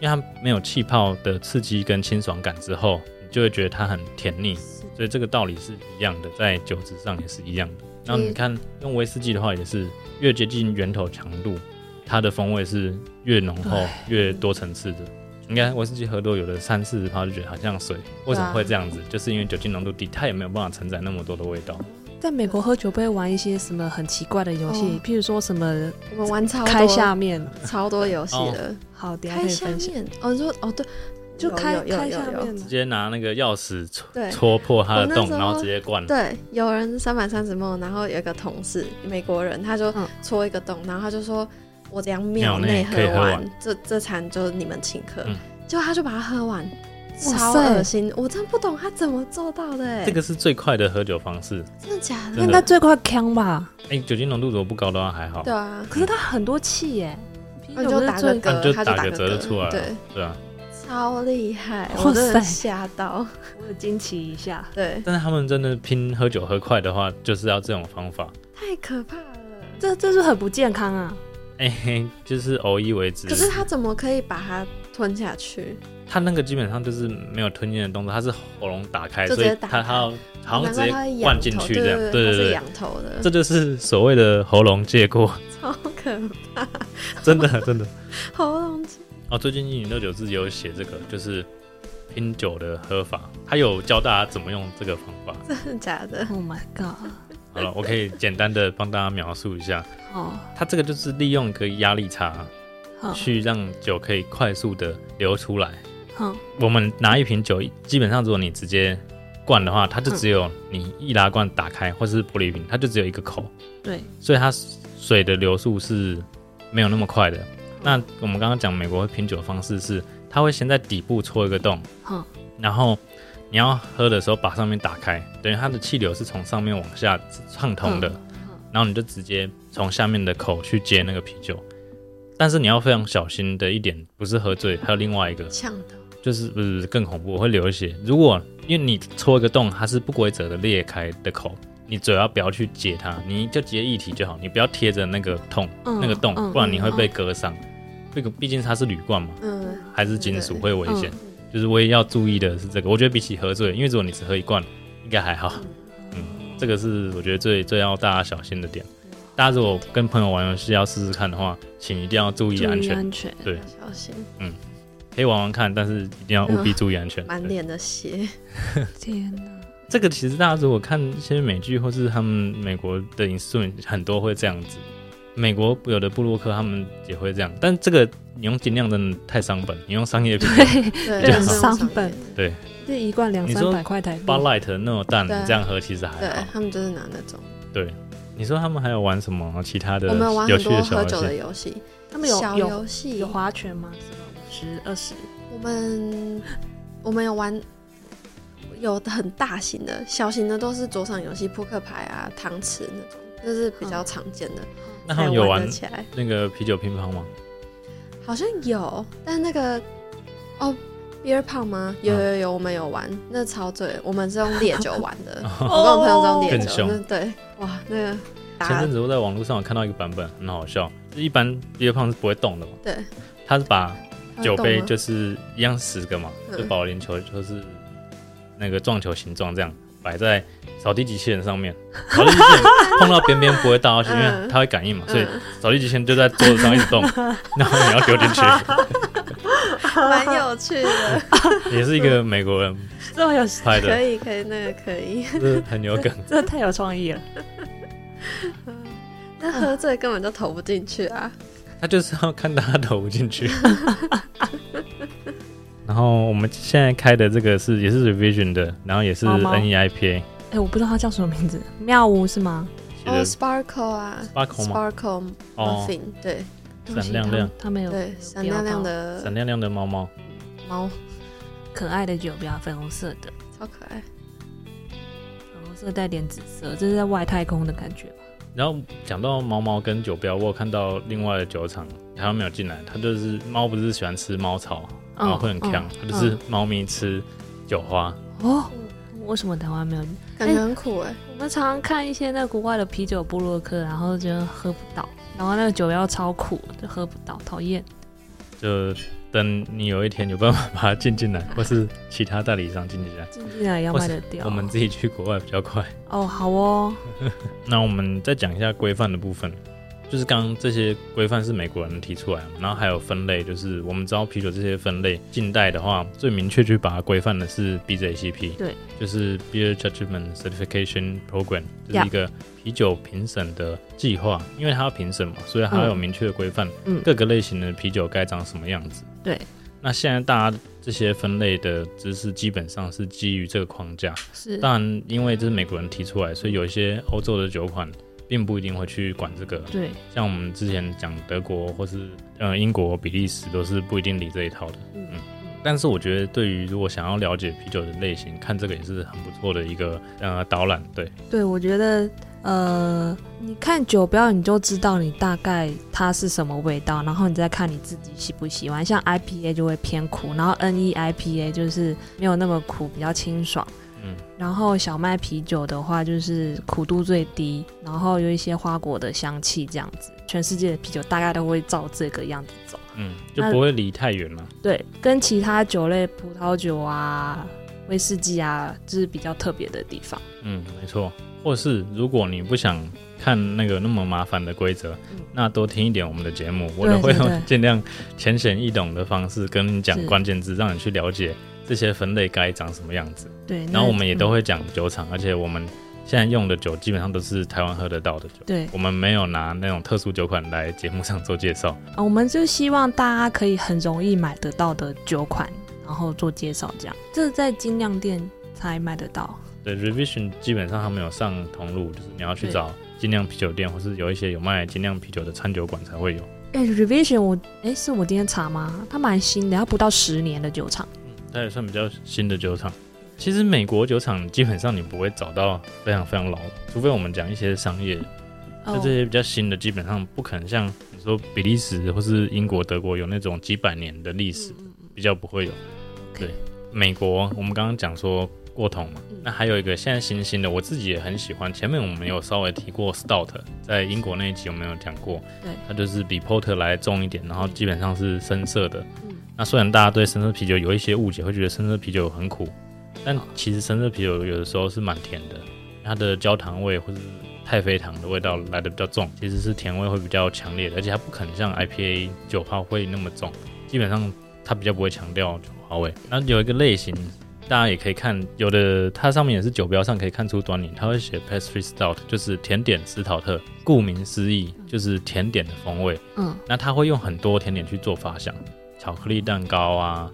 S1: 因为它没有气泡的刺激跟清爽感之后，你就会觉得它很甜腻。所以这个道理是一样的，在酒质上也是一样的。然后你看用威士忌的话，也是越接近源头强度，它的风味是越浓厚、越多层次的。应该威士忌喝多，有的三四十趴就觉得好像水，为什么会这样
S2: 嗯
S1: 子？就是因为酒精浓度低，它也没有办法承载那么多的味道。
S3: 在美国喝酒不会玩一些什么很奇怪的游戏
S2: 哦，
S3: 譬如说什么
S2: 我们玩超多
S3: 开下面，
S2: 超多游戏的，
S3: 好，等一下
S2: 开
S3: 可以
S2: 哦下
S3: 分享。
S2: 面哦，你说哦对，
S3: 就
S2: 有
S3: 开
S2: 有有
S3: 开
S2: 有
S3: 下
S2: 有
S3: 面
S1: 直接拿那个钥匙戳
S2: 对哦
S1: 戳破它的
S2: 我那
S1: 洞，
S2: 时候
S1: 然后直接灌。
S2: 对，有人三百三十梦，然后有一个同事美国人，他就
S3: 嗯
S2: 戳一个洞，然后他就说我两
S1: 秒
S2: 秒
S1: 内
S2: 内
S1: 可以喝
S2: 完
S1: 完
S2: 这这餐，就是你们请客
S1: 嗯。
S2: 结果他就把它喝完，
S3: 哇
S2: 超
S3: 塞
S2: 恶心！我真不懂他怎么做到的，哎
S1: 这，个是最快的喝酒方式。
S2: 真的假
S1: 真
S2: 的？
S1: 的
S3: 那最快呛吧，
S1: 哎、酒精浓度如果不高的话还好，
S2: 对啊，
S3: 可是它很多气耶，啤
S2: 我
S3: 酒
S2: 就
S3: 不
S2: 是打个
S3: 最
S1: 啊
S2: 嗝，
S1: 就
S2: 他
S1: 打
S2: 打
S1: 个
S2: 个
S1: 折就
S2: 嗝
S1: 出来了
S2: 对，
S1: 对啊。
S2: 超厉害，
S3: 哇
S2: 我真的
S3: 塞
S2: 吓到，
S3: 我有惊奇一下，
S2: 对，
S1: 但是他们真的拼喝酒喝快的话，就是要这种方法。
S2: 太可怕了。
S1: 嗯
S3: 这这是很不健康啊。
S1: 哎、嘿，就是偶一为之。
S2: 可是他怎么可以把它吞下去？
S1: 他那个基本上就是没有吞咽的动作，他是喉咙打开，
S2: 就
S1: 所
S2: 直接
S1: 以
S2: 打
S1: 他
S2: 开
S1: 他要好像
S2: 难
S1: 直
S2: 怪它会
S1: 接灌
S2: 仰
S1: 进
S2: 头
S1: 去
S2: 对
S1: 这样。
S2: 对
S1: 对对
S2: 它是
S1: 对，
S2: 仰头的，
S1: 这就是所谓的喉咙借过，
S2: 超可
S1: 真的真的。
S2: 怕，喉咙肌
S1: 哦，最近一零六九自己有写这个，就是拼酒的喝法，他有教大家怎么用这个方法。
S2: 真的假的？
S3: Oh my god！
S1: 好了，我可以简单的帮大家描述一下，
S3: 哦，
S1: 它这个就是利用一个压力差
S3: 好，
S1: 去让酒可以快速的流出来。
S3: 好，
S1: 我们拿一瓶酒，基本上如果你直接灌的话，它
S3: 嗯
S1: 就只有你易拉罐打开或是玻璃瓶，它就只有一个口，
S3: 对，
S1: 所以它水的流速是没有那么快
S3: 嗯
S1: 的。那我们刚刚讲美国拼酒的方式是，它会先在底部戳一个洞，
S3: 好，
S1: 然后你要喝的时候把上面打开，等于它的气流是从上面往下畅通的，
S3: 嗯
S1: 然后你就直接从下面的口去接那个啤酒。但是你要非常小心的一点，不是喝醉，还有另外一个
S2: 呛到，
S1: 就是不是不是更恐怖，我会流血。如果因为你戳一个洞，它是不规则的裂开的口，你嘴要不要去接它，你就接液体就好，你不要贴着那个痛、
S3: 嗯
S1: 那个洞，
S3: 嗯
S1: 不然你会被割伤。这个毕竟它是铝罐嘛，
S2: 嗯，
S1: 还是金属
S2: 对
S1: 会危险，
S2: 嗯
S1: 就是我也要注意的是这个。我觉得比起喝醉，因为如果你只喝一罐，应该还好。嗯，这个是我觉得最最要大家小心的点。大家如果跟朋友玩游戏要试试看的话，请一定要注意
S3: 注
S1: 安
S3: 意
S1: 全，
S3: 安全。
S1: 对
S2: 要小心，
S1: 可以玩玩看，但是一定要务必注意 安全。
S2: 满
S1: 对
S2: 脸的血，
S3: 天哪，
S1: 这个其实大家如果看一些美剧或是他们美国的影视作品，很多会这样子。美国有的布洛克他们也会这样，但这个你用尽量真的太伤本，你用商业品
S2: 对，
S1: 就
S2: 很
S3: 好
S2: 伤
S3: 本
S2: 眼
S3: 这一罐两
S1: 你
S3: 三
S1: 说
S3: 百块台币，
S1: Bud Light 的那种蛋，你
S2: 对
S1: 这样喝其实还
S2: 对
S1: 好。
S2: 他们就是拿那种，
S1: 你说他们还有玩什么其他的
S2: 我们有玩
S1: 有
S2: 很
S1: 趣
S2: 多
S1: 的
S2: 喝
S1: 小游
S2: 酒的
S1: 戏？
S2: 游戏，
S3: 他们有
S2: 小
S3: 有
S2: 游戏
S3: 有划拳吗？十 二十，
S2: 我们我们有玩有很大型的，小型的都是桌上游戏，扑克牌啊、糖匙那种，这是比较常见的，
S1: 嗯那他
S2: 才
S1: 们有
S2: 玩
S1: 玩
S2: 得起来。
S1: 那个啤酒乒乓吗？，
S2: 好像有，但那个哦，beer pong 吗？有有有，我们有玩，那超醉，我们是用烈酒玩的 我跟我朋友是用烈
S1: 更
S2: 酒，
S1: 凶
S2: 那对，哇，那个
S1: 前
S2: 打
S1: 阵子我在网络上有看到一个版本，很好笑。就一般憋胖是不会动的嘛，
S2: 对，
S1: 他是把
S2: 它会
S1: 酒
S2: 动
S1: 杯
S2: 吗
S1: 就是一样十个嘛，
S2: 呃嗯
S1: 就保龄球就是那个撞球形状这样摆在扫地机器人 上面，扫地机器人碰到边边不会倒下去，因为
S2: 嗯
S1: 它会感应嘛，所以
S2: 嗯
S1: 扫地机器人就在桌子上一直 动，然后你要丢进去，
S2: 蛮有 趣的，
S1: 也是一个美国人
S3: 这么有，
S1: 拍
S2: 可
S1: 的，
S2: 以可以，那个可以。
S1: 就是很有 梗。
S3: 这太有创意了。
S2: 那喝醉根本就投不进去啊！
S1: 他就是要看大家投不进去。 然后我们现在开的这个是也是 revision 的，然后也是 E
S3: 猫猫
S1: NEIPA
S3: 哎，我不知道它叫什么名字，妙屋是吗？
S1: 写
S2: 哦
S1: 的
S2: ，sparkle 啊
S1: sparkle 吗？
S2: ，sparkle
S1: 哦
S2: muffin，对
S3: 对不
S1: 闪
S3: 起
S1: 亮亮，
S3: 它它没有
S2: 对，闪亮亮
S1: 闪
S2: 的
S1: 亮亮的猫猫，
S2: 猫，
S3: 可爱的酒标，粉红色的，
S2: 超可爱。
S3: 粉红色带点紫色，这是在外太空的感觉吧？
S1: 然后讲到猫猫跟酒标，我有看到另外的酒厂台湾没有进来，它就是猫不是喜欢吃猫草，然后哦会很
S3: 嗯
S1: 强，它就是猫咪吃酒花，
S3: 哦，为什么台湾没有？我
S2: 感觉很苦哎、
S3: 们常常看一些那国外的啤酒布洛克，然后觉得喝不到，然后那个酒标超苦，就喝不到，讨厌。
S1: 就等你有一天有办法把它进进来，或是其他代理商进进来，
S3: 进进来也要卖得掉。
S1: 我们自己去国外比较快。
S3: 哦，好哦，
S1: 那我们再讲一下规范的部分，就是刚刚这些规范是美国人提出来的，然后还有分类，就是我们知道啤酒这些分类，近代的话最明确去把它规范的是 BJCP，
S3: 对，
S1: 就是 Beer Judgment Certification Program，就是
S3: Yeah
S1: 一个啤酒评审的计划，因为它要评审嘛，所以它有明确的规范，
S3: 嗯
S1: 各个类型的啤酒该长什么样子。
S3: 对，
S1: 那现在大家这些分类的知识基本上是基于这个框架，
S3: 是
S1: 当然，因为这是美国人提出来，所以有一些欧洲的酒款并不一定会去管这个。
S3: 对，
S1: 像我们之前讲德国或是呃英国、比利时都是不一定理这一套的。
S3: 嗯
S1: 嗯，但是我觉得对于如果想要了解啤酒的类型，看这个也是很不错的一个呃导览。对，
S3: 对，我觉得，呃，你看酒标你就知道你大概它是什么味道，然后你再看你自己喜不喜欢。像 IPA 就会偏苦，然后 E NEIPA 就是没有那么苦，比较清爽。
S1: 嗯，
S3: 然后小麦啤酒的话，就是苦度最低，然后有一些花果的香气，这样子。全世界的啤酒大概都会照这个样子走。
S1: 嗯，就不会离太远了。
S3: 对，跟其他酒类，葡萄酒啊、威士忌啊，这、是比较特别的地方。
S1: 嗯，没错。或是如果你不想看那个那么麻烦的规则，那多听一点我们的节目，我都会
S3: 嗯对对
S1: 用尽量浅显易懂的方式跟你讲
S3: 是
S1: 关键字，让你去了解这些分类该长什么样子。
S3: 对，那
S1: 然后我们也都
S3: 嗯
S1: 会讲酒厂，而且我们现在用的酒基本上都是台湾喝得到的酒，
S3: 对。
S1: 我们没有拿那种特殊酒款来节目上做介绍。
S3: 啊，我们就希望大家可以很容易买得到的酒款，然后做介绍，这样这在精酿店才买得到。
S1: 对，revision 基本上他们有上通路，就是你要去
S3: 对
S1: 找精酿啤酒店，或是有一些有卖精酿啤酒的餐酒馆才会有。
S3: 哎、r e v i s i o n 我哎、是我今天查吗？它蛮新的，它不到十年的酒厂。
S1: 它也算比较新的酒厂。其实美国酒厂基本上你不会找到非常非常老的，除非我们讲一些商业那
S3: 哦
S1: 这些比较新的，基本上不可能像你说比利时或是英国、德国有那种几百年的历史，
S3: 嗯嗯
S1: 比较不会有。
S3: OK
S1: 对，美国我们刚刚讲说过桶嘛
S3: 嗯，
S1: 那还有一个现在新兴的，我自己也很喜欢。前面我们有稍微提过 stout，在英国那一集我们有讲过，
S3: 对
S1: 它就是比 porter 来重一点，然后基本上是深色的。
S3: 嗯
S1: 那虽然大家对深色啤酒有一些误解，会觉得深色啤酒很苦，
S3: 哦
S1: 但其实深色啤酒有的时候是蛮甜的，它的焦糖味或者太妃糖的味道来的比较重，其实是甜味会比较强烈的，而且它不可能像 IPA 酒花会那么重，基本上它比较不会强调酒花味。那有一个类型，大家也可以看，有的它上面也是酒标上可以看出端倪，它会写 pastry stout，就是甜点斯陶特，顾名思义就是甜点的风味。
S3: 嗯
S1: 那它会用很多甜点去做发想，巧克力蛋糕啊，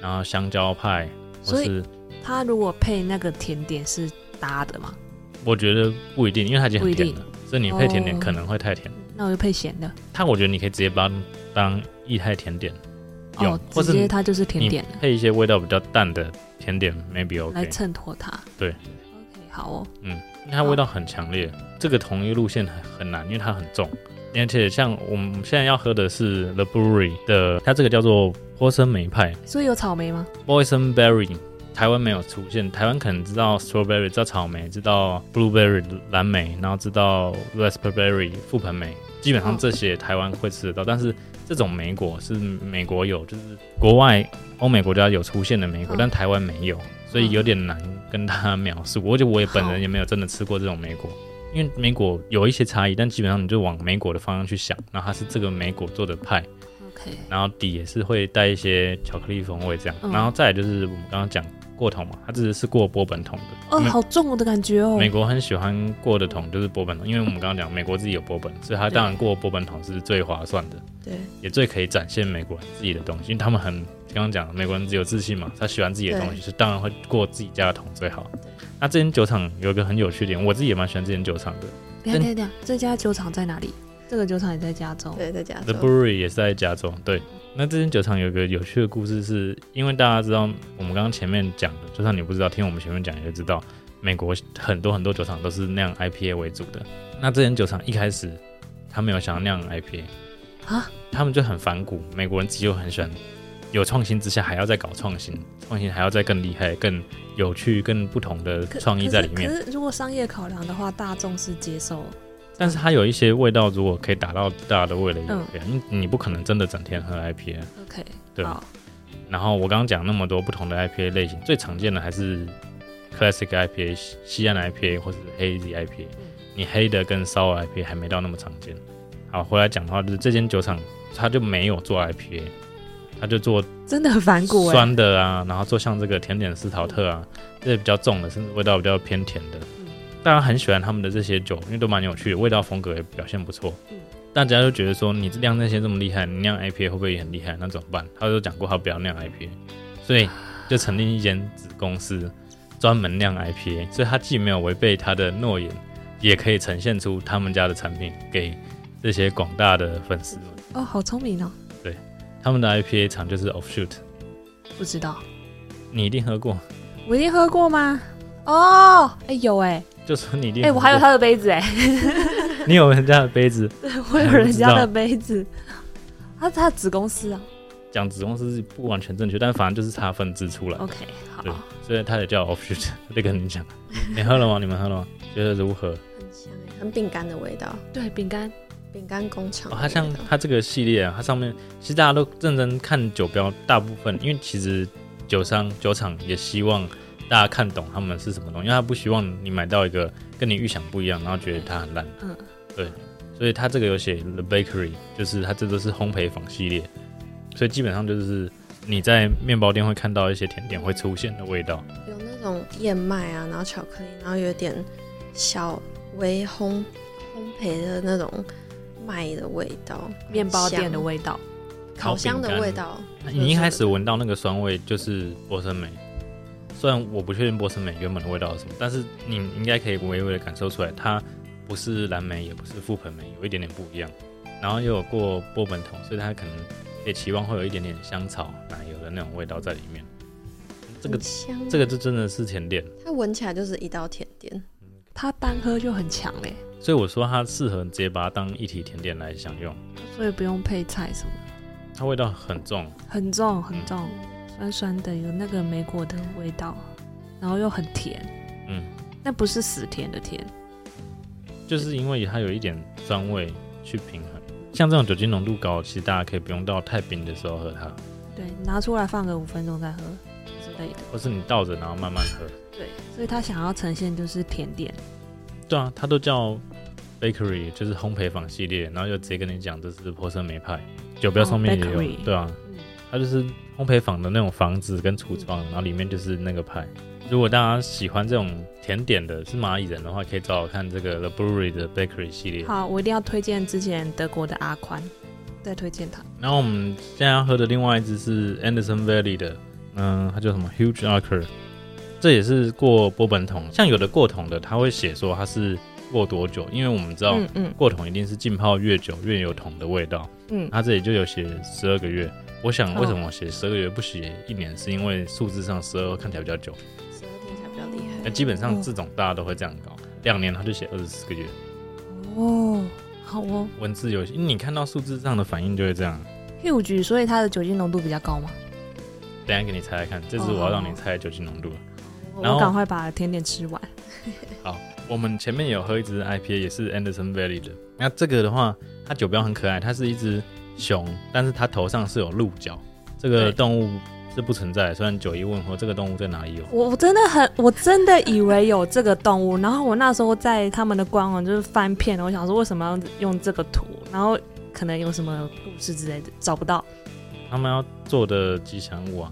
S1: 然后香蕉派，或
S3: 所以
S1: 是
S3: 它如果配那个甜点是搭的嘛，
S1: 我觉得不一定，因为它已经
S3: 不
S1: 很
S3: 一定
S1: 甜了，所以你配甜点
S3: 哦
S1: 可能会太甜。
S3: 那我就配咸的。
S1: 它我觉得你可以直接把它当液态甜点用，
S3: 哦，
S1: 或
S3: 直
S1: 是
S3: 接
S1: 你
S3: 它就是甜点了，
S1: 配一些味道比较淡的甜点，maybe
S3: 来
S1: OK。
S3: 衬托它。
S1: 对
S3: ，OK，好哦，
S1: 因为它味道很强烈，这个同一路线很很难，因为它很重。而且像我们现在要喝的是 The Brewery 的，它这个叫做波森梅派，
S3: 所以有草莓吗？
S1: boysenberry，台湾没有出现，台湾可能知道 strawberry，知道草莓，知道 blueberry 蓝莓，然后知道 raspberry 覆盆莓，基本上这些台湾会吃得到，但是这种莓果是美国有，就是国外欧美国家有出现的莓果，
S3: 嗯
S1: 但台湾没有，所以有点难跟大家描述。而且我也本人也没有真的吃过这种莓果。因为莓果有一些差异，但基本上你就往莓果的方向去想，然后它是这个莓果做的派，
S3: OK，
S1: 然后底也是会带一些巧克力风味这样，
S3: 嗯
S1: 然后再来就是我们刚刚讲过桶嘛，它只是过波本桶的。
S3: 哦，
S1: 美
S3: 好重哦的感觉哦。
S1: 美国很喜欢过的桶就是波本桶，因为我们刚刚讲美国自己有波本，所以它当然过波本桶是最划算的，
S2: 对，
S1: 也最可以展现美国人自己的东西，因为他们很刚刚讲美国人只有自信嘛，他喜欢自己的东西，是当然会过自己家的桶最好。那这间酒厂有一个很有趣点，我自己也蛮喜欢这间酒厂的，
S3: 等一下等一下等一下，这家酒厂在哪里？这个酒厂也在加州。
S2: 对，在加
S1: The
S2: 州。
S1: Brewery 也是在加州。对，那这间酒厂有个有趣的故事是，因为大家知道我们刚刚前面讲的，就算你不知道，听我们前面讲也就知道，美国很多很多酒厂都是酿 IPA 为主的。那这间酒厂一开始他没有想要酿 IPA
S3: 啊，
S1: 他们就很反骨，美国人自己又很喜欢有创新之下还要再搞创新，创新还要再更厉害、更有趣、更不同的
S3: 可
S1: 创意在里面
S3: 可。是可是如果商业考量的话，大众是接受。
S1: 但是它有一些味道，如果可以达到大家的味蕾也
S3: 嗯
S1: OK，、因为你不可能真的整天喝 IPA。
S3: OK，
S1: 对啊
S3: 好，
S1: 然后我刚刚讲那么多不同的 IPA 类型，最常见的还是 Classic IPA、西西安 IPA 或是 Hazy IPA。你黑的跟 Sour IPA 还没到那么常见。好，回来讲的话，就是这间酒厂它就没有做 IPA，它就做
S3: 真的很反骨哎。
S1: 酸的啊，然后做像这个甜点斯陶特啊，这些比较重的，甚至味道比较偏甜的
S3: 嗯。
S1: 大家很喜欢他们的这些酒，因为都蛮有趣的，味道风格也表现不错
S3: 嗯。
S1: 大家就觉得说，你酿那些这么厉害，你酿 IPA 会不会也很厉害？那怎么办？他就讲过他不要酿 IPA，所以就成立一间子公司，专门酿 IPA。所以他既没有违背他的诺言，也可以呈现出他们家的产品给这些广大的粉丝们。
S3: 哦，好聪明哦，
S1: 他们的 IPA 厂就是 Offshoot，
S3: 不知道，
S1: 你一定喝过。
S3: 我一定喝过吗？哦，哎、有哎、
S1: 就说你一定
S3: 哎、我还有他的 杯子哎、
S1: 你有人家的杯子，
S3: 我有人家的杯子，他他的子公司啊。
S1: 讲子公司是不完全正确，但反正就是它分支出来，
S3: OK，好，
S1: 对所以它也叫 offshoot。这个你讲，你喝了吗？你们喝了吗？觉得如何？
S2: 很香欸，很饼干的味道，
S3: 对，饼干
S2: 饼干工厂的
S1: 哦，
S2: 味道。
S1: 它像它这个系列啊，它上面其实大家都认真看酒标，大部分因为其实酒商酒厂也希望大家看懂他们是什么东西，因为他不希望你买到一个跟你预想不一样，然后觉得它很烂。
S3: 嗯，
S1: 对，所以它这个有写 The Bakery，就是它这都是烘焙坊系列，所以基本上就是你在面包店会看到一些甜点会出现的味道。
S2: 有那种燕麦啊，然后巧克力，然后有点小微烘烘焙的那种麦的味道，
S3: 面包店的
S2: 香
S3: 味道，
S2: 烤箱
S1: 烤饼
S2: 的
S1: 干
S2: 味道。
S1: 你一开始闻到那个酸味就是波森莓，虽然我不确定波森莓原本的味道是什么，但是你应该可以微微的感受出来，它不是蓝莓，也不是覆盆莓，有一点点不一样。然后又有过波本桶，所以它可能也期望会有一点点香草、奶油的那种味道在里面。这个
S2: 很香，欸
S1: 这个就真的是甜点。
S2: 它闻起来就是一道甜点，
S3: 它单喝就很强嘞、欸
S1: 所以我说它适合直接把它当一体甜点来享用，
S3: 所以不用配菜什么，
S1: 它味道很重，
S3: 很重很
S1: 哦
S3: 重，酸酸的，有那个梅果的味道，然后又很甜，
S1: 嗯，
S3: 但不是死甜的甜，
S1: 就是因为它有一点酸味去平衡。像这种酒精浓度高，其实大家可以不用到太冰的时候喝它，
S3: 对，拿出来放个五分钟再喝之类的，
S1: 或是你倒着然后慢慢喝。
S3: 对，所以他想要呈现就是甜点，
S1: 对啊，它都叫 bakery，就是烘焙坊系列，然后就直接跟你讲这是波森梅派，酒标上面也有，
S3: 哦，bakery
S1: 对啊，
S3: 嗯，
S1: 它就是烘焙坊的那种房子跟厨房，然后里面就是那个派。如果大家喜欢这种甜点的，是蚂蚁人的话，可以找我看这个 The Brewery 的 Bakery 系列。
S3: 好，我一定要推荐之前德国的阿宽，再推荐他，
S1: 然后我们现在要喝的另外一支是 Anderson Valley 的，嗯，它叫什么 Huge Archer，这也是过波本桶。像有的过桶的，它会写说它是过多久，因为我们知道、
S4: 嗯嗯
S1: 过桶一定是浸泡越久越有桶的味道。
S4: 嗯，
S1: 它这里就有写十二个月。我想
S3: 哦
S1: 为什么我写十二个月不写一年，是因为数字上十二看起来比较久。
S2: 十二听起来比较厉
S1: 那
S2: 害。
S1: 基本上
S3: 哦
S1: 这种大家都会这样搞，两年他就写二十四个月。
S3: 哦，好哦
S1: 文字游戏，因为你看到数字上的反应就会这样。
S3: ，huge，所以它的酒精浓度比较高嘛，
S1: 等一下给你猜猜看，这次我要让你猜酒精浓度。
S3: 哦
S1: 然
S3: 我
S1: 后
S3: 赶快把甜点吃完，
S1: 我们前面有喝一支 IPA，也是 Anderson Valley 的。那这个的话，它酒标很可爱，它是一只熊，但是它头上是有鹿角，这个
S3: 对
S1: 动物是不存在的。虽然九一问说这个动物在哪里有，
S3: 我我真的很，我真的以为有这个动物， 然后我那时候在他们的官网就是翻遍了，我想说为什么要用这个图，然后可能有什么故事之类的，找不到。
S1: 他们要做的吉祥物啊，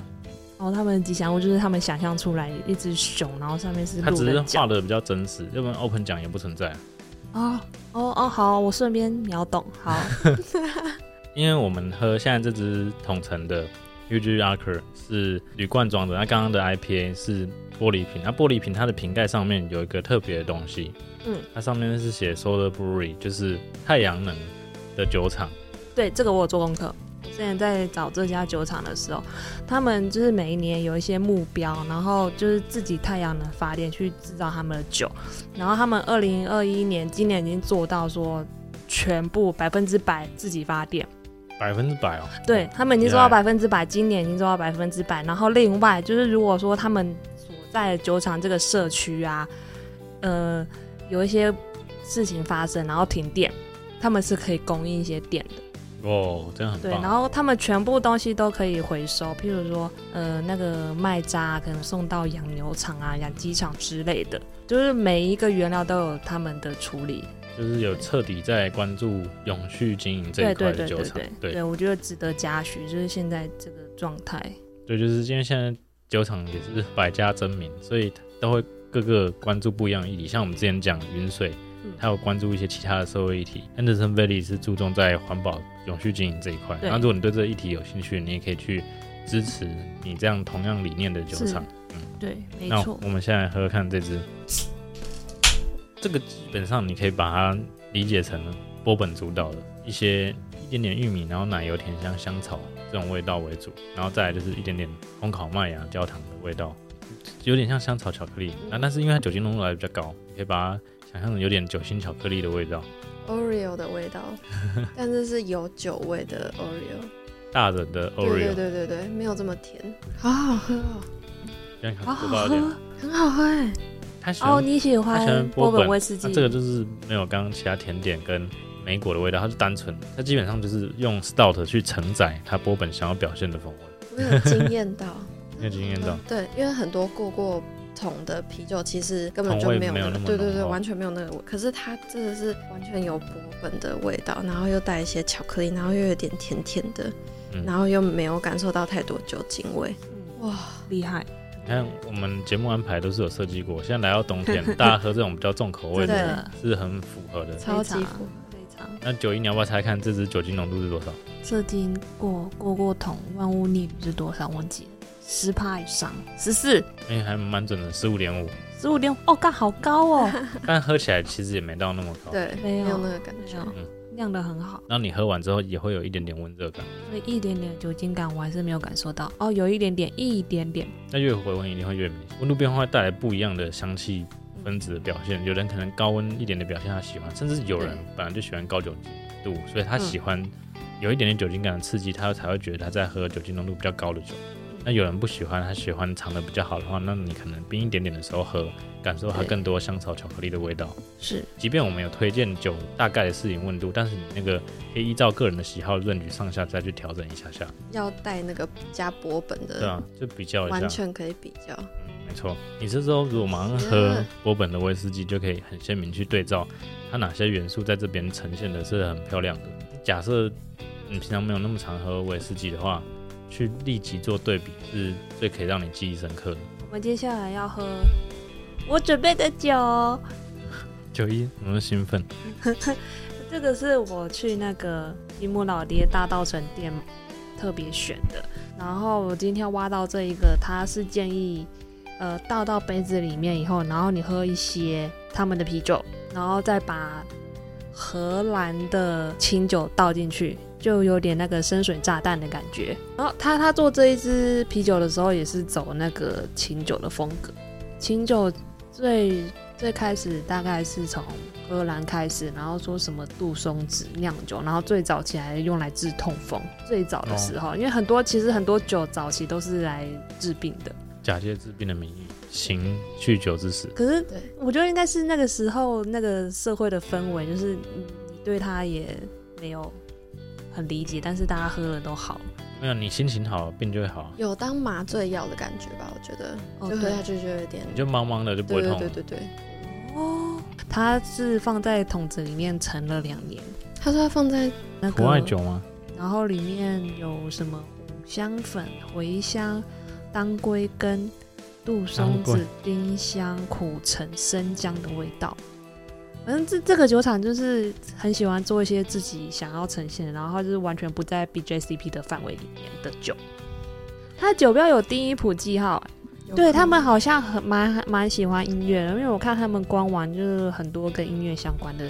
S3: 然后他们的吉祥物就是他们想象出来一只熊，然后上面是
S1: 它
S3: 鹿
S1: 只是
S3: 的角
S1: 画。的比较真实，要不然 Open 奖也不存在啊。
S3: 哦哦哦，好，我顺便秒懂。好，
S1: 因为我们喝现在这支统称的 UG Archer 是铝罐装的，那刚刚的 IPA 是玻璃瓶，那玻璃瓶它的瓶盖上面有一个特别的东西，
S3: 嗯，
S1: 它上面是写 Solar Brewery，就是太阳能的酒厂，
S3: 对这个我有做功课。我之前在找这家酒厂的时候，他们就是每一年有一些目标，然后就是自己太阳能发电去制造他们的酒，然后他们二零二一年今年已经做到说全部百分之百自己发电，
S1: 百分之百哦。
S3: 对，他们已经做到
S1: 原来
S3: 百分之百，今年已经做到百分之百。然后另外就是，如果说他们所在的酒厂这个社区啊，呃，有一些事情发生，然后停电，他们是可以供应一些电的。
S1: 哦，真的很
S3: 对，
S1: 棒。
S3: 然后他们全部东西都可以回收，譬如说，呃，那个麦渣啊可能送到养牛场啊、养鸡场之类的，就是每一个原料都有他们的处理。
S1: 就是有彻底在关注永续经营这
S3: 对
S1: 一块
S3: 对
S1: 的
S3: 对
S1: 酒
S3: 对
S1: 厂
S3: 对，，对，我觉得值得嘉许，就是现在这个状态。
S1: 对，就是因为现在酒厂也是百家争鸣，所以都会各个关注不一样的议题。像我们之前讲云水
S3: 嗯，
S1: 还有关注一些其他的社会议题。Anderson Valley 是注重在环保、永续经营这一块。
S3: 对
S1: 那如果你对这个议题有兴趣，你也可以去支持你这样同样理念的酒厂。
S3: 对，没
S1: 那
S3: 错。
S1: 我们现在喝喝看这支，这个基本上你可以把它理解成波本主导的一些一点点玉米，然后奶油、甜香、香草这种味道为主，然后再来就是一点点烘烤麦芽、焦糖的味道，有点像香草巧克力。那、但是因为它酒精浓度来得比较高，你可以把它想象成有点酒心巧克力的味道，
S2: Oreo 的味道，但是是有酒味的 Oreo。
S1: 大人的 Oreo，啊
S2: 对对对对对，没有这么甜，好好喝哦，
S1: 这样可
S3: 好
S1: 能
S3: 好
S1: 多爆一点。
S3: 喝
S2: 很好喝哎。
S1: 他喜
S3: 哦，
S1: 欢
S3: 你喜
S1: 它喜
S3: 欢
S1: 欢波
S3: 本
S1: 本
S3: 威士忌？
S1: 那啊这个就是没有刚刚其他甜点跟莓果的味道，它是单纯的，它基本上就是用 stout 去承载它波本想要表现的风味。
S2: 没有惊艳到，
S1: 没有惊艳到
S2: 嗯对，因为很多过过桶的啤酒其实根本就
S1: 桶味
S2: 没有
S1: 没有那
S2: 个
S1: 么
S2: 对对
S1: 浓
S2: 对，
S1: 厚
S2: 完全没有那个味。可是它真的是完全有波本的味道，然后又带一些巧克力，然后又有点甜甜的，
S1: 嗯哦
S2: 然后又没有感受到太多酒精味。哇，
S3: 嗯厉害，
S1: 你看我们节目安排都是有设计过，现在来到冬天，大家喝这种比较重口味
S2: 真
S1: 的
S2: 的
S1: 是很符合的。
S2: 超级
S3: 非常
S2: 符合
S3: 非常。
S1: 那九一，你要不要猜看这支酒精浓度是多少？
S3: 这经过过过桶万物逆比是多少？忘记了，十帕以上，十四、
S1: 哎、还蛮准的，十五点五，
S3: 十五点，哦，干好高 哦，
S1: 但喝起来其实也没到那么高。
S2: 对，
S3: 没
S2: 没
S3: 有
S2: 有那个感
S3: 没
S2: 觉。
S3: 有
S1: 嗯
S3: 酿的很好，
S1: 然后你喝完之后也会有一点点温热感，
S3: 所以一点点酒精感我还是没有感受到。哦，有一点点，一点点，
S1: 那越回温一定会越明显，温度变化带来不一样的香气分子的表现。有人可能高温一点的表现他喜欢，甚至有人本来就喜欢高酒精度，所以他喜欢有一点点酒精感的刺激，他才会觉得他在喝酒精浓度比较高的酒。那有人不喜欢，他喜欢尝的比较好的话，那你可能冰一点点的时候喝，感受它
S2: 对
S1: 更多香草巧克力的味道。
S2: 是
S1: 即便我们有推荐酒大概的适应温度，但是你那个可以依照个人的喜好润举上下再去调整一下下，
S2: 要带那个加波本
S1: 对
S2: 的，
S1: 啊，就比较一下
S2: 完。全可以比较。
S1: 嗯，没错，你这时候如果马上喝
S2: 嗯
S1: 波本的威士忌，就可以很鲜明去对照它哪些元素在这边呈现的是很漂亮的。假设你平常没有那么常喝威士忌的话，去立即做对比是最可以让你记忆深刻的。
S3: 我们接下来要喝我准备的酒，
S1: 九一，我们兴奋，
S3: 这个是我去那个吉姆老爹大稻城店特别选的。然后我今天挖到这一个，他是建议，呃，倒到杯子里面以后，然后你喝一些他们的啤酒，然后再把荷兰的清酒倒进去，就有点那个深水炸弹的感觉。然后他他做这一支啤酒的时候，也是走那个清酒的风格。清酒最最开始大概是从荷兰开始，然后说什么杜松子酿酒，然后最早起来用来治痛风。最早的时候，因为很多其实很多酒早期都是来治病的，
S1: 假借治病的名义，行酗酒之实。
S3: 可是
S2: 对，
S3: 我觉得应该是那个时候那个社会的氛围，就是嗯你对它也没有很理解，但是大家喝了都好。
S1: 没有，你心情好，病就会好啊。
S2: 有当麻醉药的感觉吧？我觉得，
S3: 哦
S2: 就喝
S3: 对
S2: 下去就有点，
S1: 你就茫茫的就不
S2: 对
S1: 会痛啊
S2: 对。对对对。
S3: 哦，它是放在桶子里面陈了两年，
S2: 他说他放在
S3: 那
S1: 国外
S3: 个
S1: 酒吗？
S3: 然后里面有什么五香粉、茴香、当归根、杜松
S1: 当归
S3: 子、丁香、苦橙、生姜的味道。反正这这个酒厂就是很喜欢做一些自己想要呈现的，然后就是完全不在 BJCP 的范围里面的酒。它的酒标有第一谱记号，对他们好像很蛮蛮喜欢音乐的，因为我看他们官网就是很多跟音乐相关的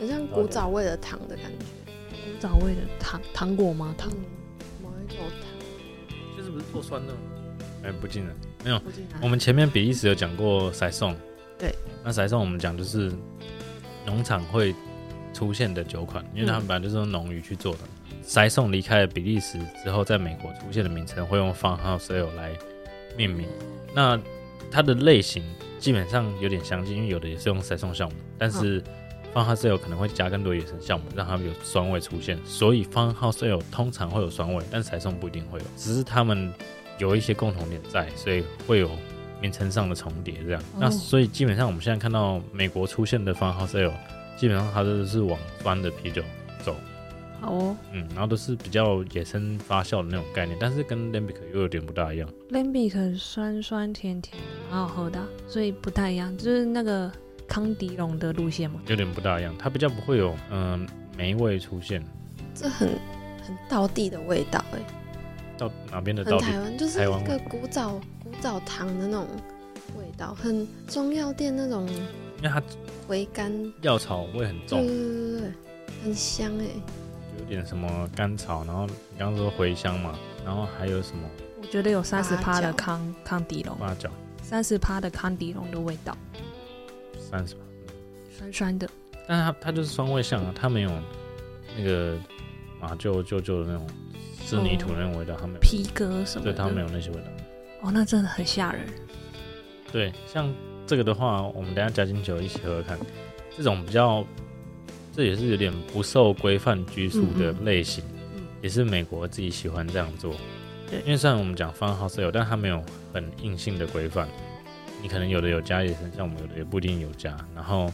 S2: 很像古早味的糖的感觉，
S3: 古早味的糖糖果吗？糖
S2: 嗯，某一种糖。
S1: 就是不是做酸的吗？哎，不进来。没有，
S3: 不进来
S1: 我们前面比利时有讲过塞送，
S2: 对，
S1: 那塞送我们讲就是农场会出现的酒款，因为他们本来就是用农渔去做的。塞送离开了比利时之后，在美国出现的名称会用 farmhouse ale 来命名。那它的类型基本上有点相近，因为有的也是用塞送酵母，但是 farmhouse ale 可能会加更多野生酵母，让它们有酸味出现。所以 farmhouse ale 通常会有酸味，但塞送不一定会有，只是它们有一些共同点在，所以会有名称上的重叠这样。
S3: 哦
S1: 那所以基本上我们现在看到美国出现的 farmhouse ale，基本上它都是往酸的啤酒。
S3: 好哦。
S1: 嗯，然后都是比较野生发酵的那种概念，但是跟 lambic 又有点不大一样。
S3: Lambic 酸酸甜甜，蛮好喝的啊、所以不太一样，就是那个康迪龙的路线嘛。
S1: 有点不大一样，它比较不会有嗯、霉味出现
S2: 这很很道地的味道哎、
S1: 到哪边的
S2: 很
S1: 到底
S2: 台湾，就是
S1: 台湾味
S2: 一个古早古早糖的那种味道，很中药店那种
S1: 因为它
S2: 回甘，
S1: 药草味很
S2: 对对
S1: 重，
S2: 对对对，很香哎、
S1: 有点什么甘草，然后你刚刚说茴香嘛，然后还有什么
S3: 我觉得有三十趴
S2: 八角
S3: 的康康迪龙，
S1: 八角
S3: 三十趴的康迪龙的味道，
S1: 三十吧，
S3: 酸酸的。
S1: 但它它就是酸味像啊，它没有那个马厩舅舅的那种是泥土的那种味道，它没有，
S3: 皮革什么
S1: 对，
S3: 的，
S1: 它没有那些味道。
S3: 哦，那真的很吓人。
S1: 对，像这个的话，我们等一下加进酒一起喝喝看。这种比较，这也是有点不受规范拘束的
S3: 嗯嗯
S1: 类型，
S3: 嗯
S1: 也是美国自己喜欢这样做。
S3: 对
S1: 因为虽然我们讲 fun house 有，但它没有很硬性的规范。你可能有的有加野生酵母，有的也不一定有加，然后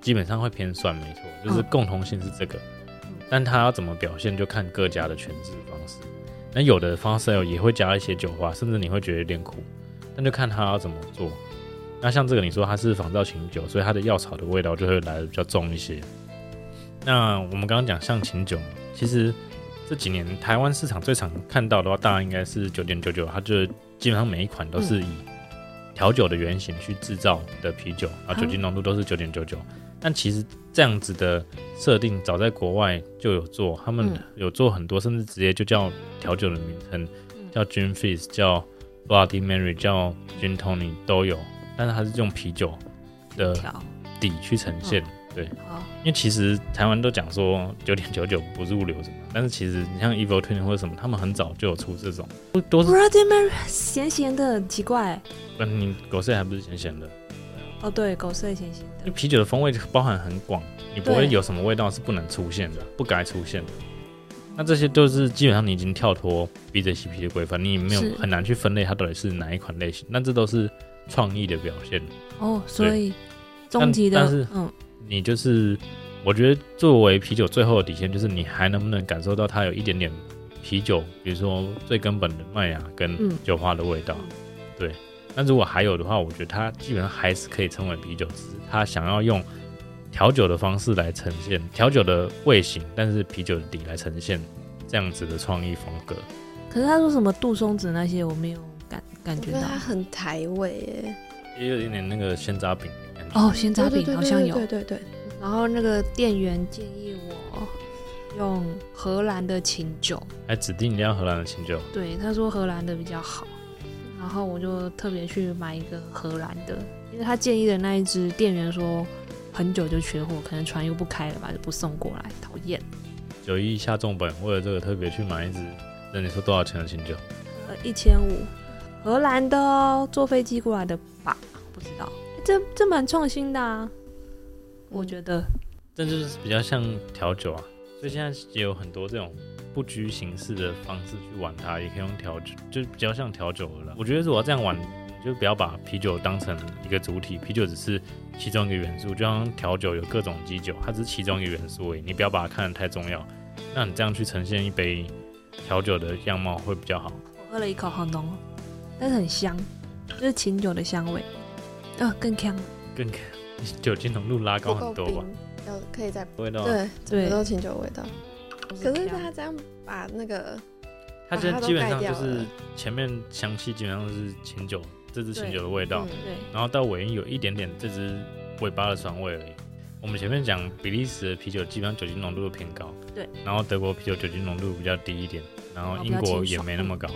S1: 基本上会偏酸，没错，就是
S3: 嗯
S1: 共同性是这个。
S3: 嗯
S1: 但它要怎么表现，就看各家的诠释方式。那有的 fun house 也会加一些酒花，甚至你会觉得有点苦。那就看他要怎么做。那像这个，你说它是仿造琴酒，所以它的药草的味道就会来的比较重一些。那我们刚刚讲像琴酒，其实这几年台湾市场最常看到的话，大概应该是九点九九，它就是基本上每一款都是以调酒的原型去制造的啤酒，啊，酒精浓度都是九点九九。但其实这样子的设定，早在国外就有做，他们
S3: 嗯
S1: 有做很多，甚至直接就叫调酒的名称，叫 Gin Fizz，叫 Bloody Mary，叫 Gin Tony 都有。但是它是用啤酒的
S3: 调
S1: 底去呈现。
S3: 嗯好，
S1: 因为其实台湾都讲说九点九九不入流什么，但是其实你像 Evil Twin 或者什么，他们很早就有出这种，都是
S3: Bloody Mary 咸咸的，很奇怪。
S1: 嗯，你狗碎还不是咸咸的，
S3: 哦，对，狗碎咸咸
S1: 因
S3: 的
S1: 为，啤酒的风味包含很广，你不会
S3: 对
S1: 有什么味道是不能出现的，不该出现的。那这些都是基本上你已经跳脱 BJCP 的规范，你没有
S3: 是
S1: 很难去分类它到底是哪一款类型。那这都是创意的表现。
S3: 哦，所以
S1: 但
S3: 终极的
S1: 但是，
S3: 嗯，
S1: 你就是，我觉得作为啤酒最后的底线，就是你还能不能感受到它有一点点啤酒，比如说最根本的麦芽跟
S3: 嗯
S1: 酒花的味道。对，那如果还有的话，我觉得它基本上还是可以称为啤酒，只是它想要用调酒的方式来呈现调酒的味型，但是啤酒的底来呈现这样子的创意风格。
S3: 可是他说什么杜松子那些，我没有感感
S2: 我觉
S3: 觉到
S2: 得。它很台味耶。
S1: 也有一点那个鲜扎饼的感觉。
S3: 哦，鲜
S2: 对
S3: 杂
S2: 对
S3: 饼
S2: 对
S3: 好
S2: 对
S3: 像
S2: 对
S3: 有
S2: 对，对对，
S3: 然后那个店员建议我用荷兰的琴酒，
S1: 还哎指定一定要荷兰的清酒，
S3: 对，他说荷兰的比较好，然后我就特别去买一个荷兰的，因为他建议的那一只店员说很久就缺货，可能船又不开了吧，就不送过来，讨厌。
S1: 九一下重本，为了这个特别去买一支。那你说多少钱的清酒？
S3: 呃，一千五，荷兰的哦，坐飞机过来的吧，不知道，诶这这蛮创新的啊，我觉得。
S1: 这就是比较像调酒啊，所以现在也有很多这种不拘形式的方式去玩它，也可以用调酒，就比较像调酒了啦。我觉得如果要这样玩，你就不要把啤酒当成一个主体，啤酒只是其中一个元素，就像调酒有各种基酒，它只是其中一个元素而已，你不要把它看得太重要。那你这样去呈现一杯调酒的样貌会比较好。
S3: 我喝了一口，好浓哦，但是很香，就是琴酒的香味，呃，更香了。
S1: 更酒精浓度拉高
S2: 不
S1: 很
S2: 够
S1: 多吧
S2: 冰，，要可以再
S1: 味道
S2: 对，
S3: 对
S2: 有都清酒的味道。可是
S3: 它
S2: 它这样把那个
S1: 它现在
S2: 把它都
S1: 基本上就
S2: 盖掉
S1: 是
S2: 了
S1: 前面香气基本上是清酒，这支清
S3: 对
S1: 酒的味道。
S2: 嗯
S3: 对
S1: 然后到尾音有一点点这只尾巴的酸味而已。我们前面讲比利时的啤酒基本上酒精浓度偏高，
S3: 对，
S1: 然后德国啤酒酒精浓度比较低一点，然后
S3: 哦
S1: 英
S3: 比较
S1: 国
S3: 清
S1: 也
S3: 爽
S1: 没那么高。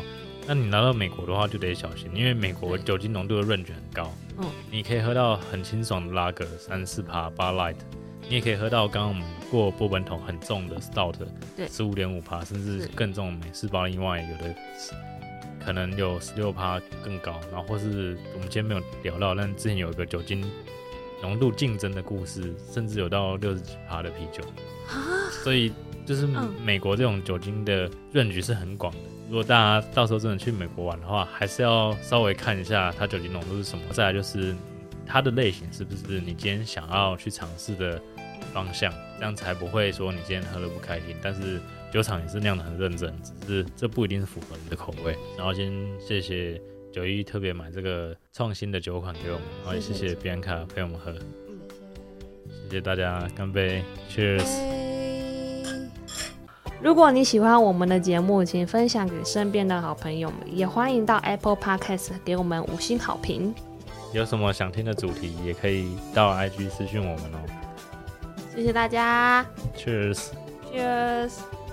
S1: 那你拿到美国的话就得小心，因为美国
S3: 对
S1: 酒精浓度的润卷很高，
S3: 嗯，
S1: 你可以喝到很清爽的拉格三四趴八 light，你也可以喝到刚刚我们过波本桶很重的 stout，
S3: 对
S1: 十五点五趴，甚至
S3: 是
S1: 更重的美式巴黎 wine 有的可能有十六趴更高，然后或是我们今天没有聊到，但之前有一个酒精浓度竞争的故事，甚至有到六十几趴的啤酒，
S3: 啊，
S1: 所以就是
S3: 嗯
S1: 美国这种酒精的润局是很广的。如果大家到时候真的去美国玩的话，还是要稍微看一下它酒精浓度是什么，再来就是它的类型是不是你今天想要去尝试的方向，这样才不会说你今天喝的不开心。但是酒厂也是酿的很认真，只是这不一定是符合你的口味。
S2: 嗯
S1: 然后先谢谢九一特别买这个创新的酒款给我们，然后也谢
S2: 谢谢
S1: 谢比安卡陪我们喝，谢谢大家，干杯，Cheers。
S2: 哎
S4: 如果你喜欢我们的节目，请分享给身边的好朋友们，也欢迎到 Apple Podcast 给我们五星好评。
S1: 有什么想听的主题，也可以到 IG 私讯我们哦。
S4: 谢谢大家
S1: Cheers。
S4: ，Cheers。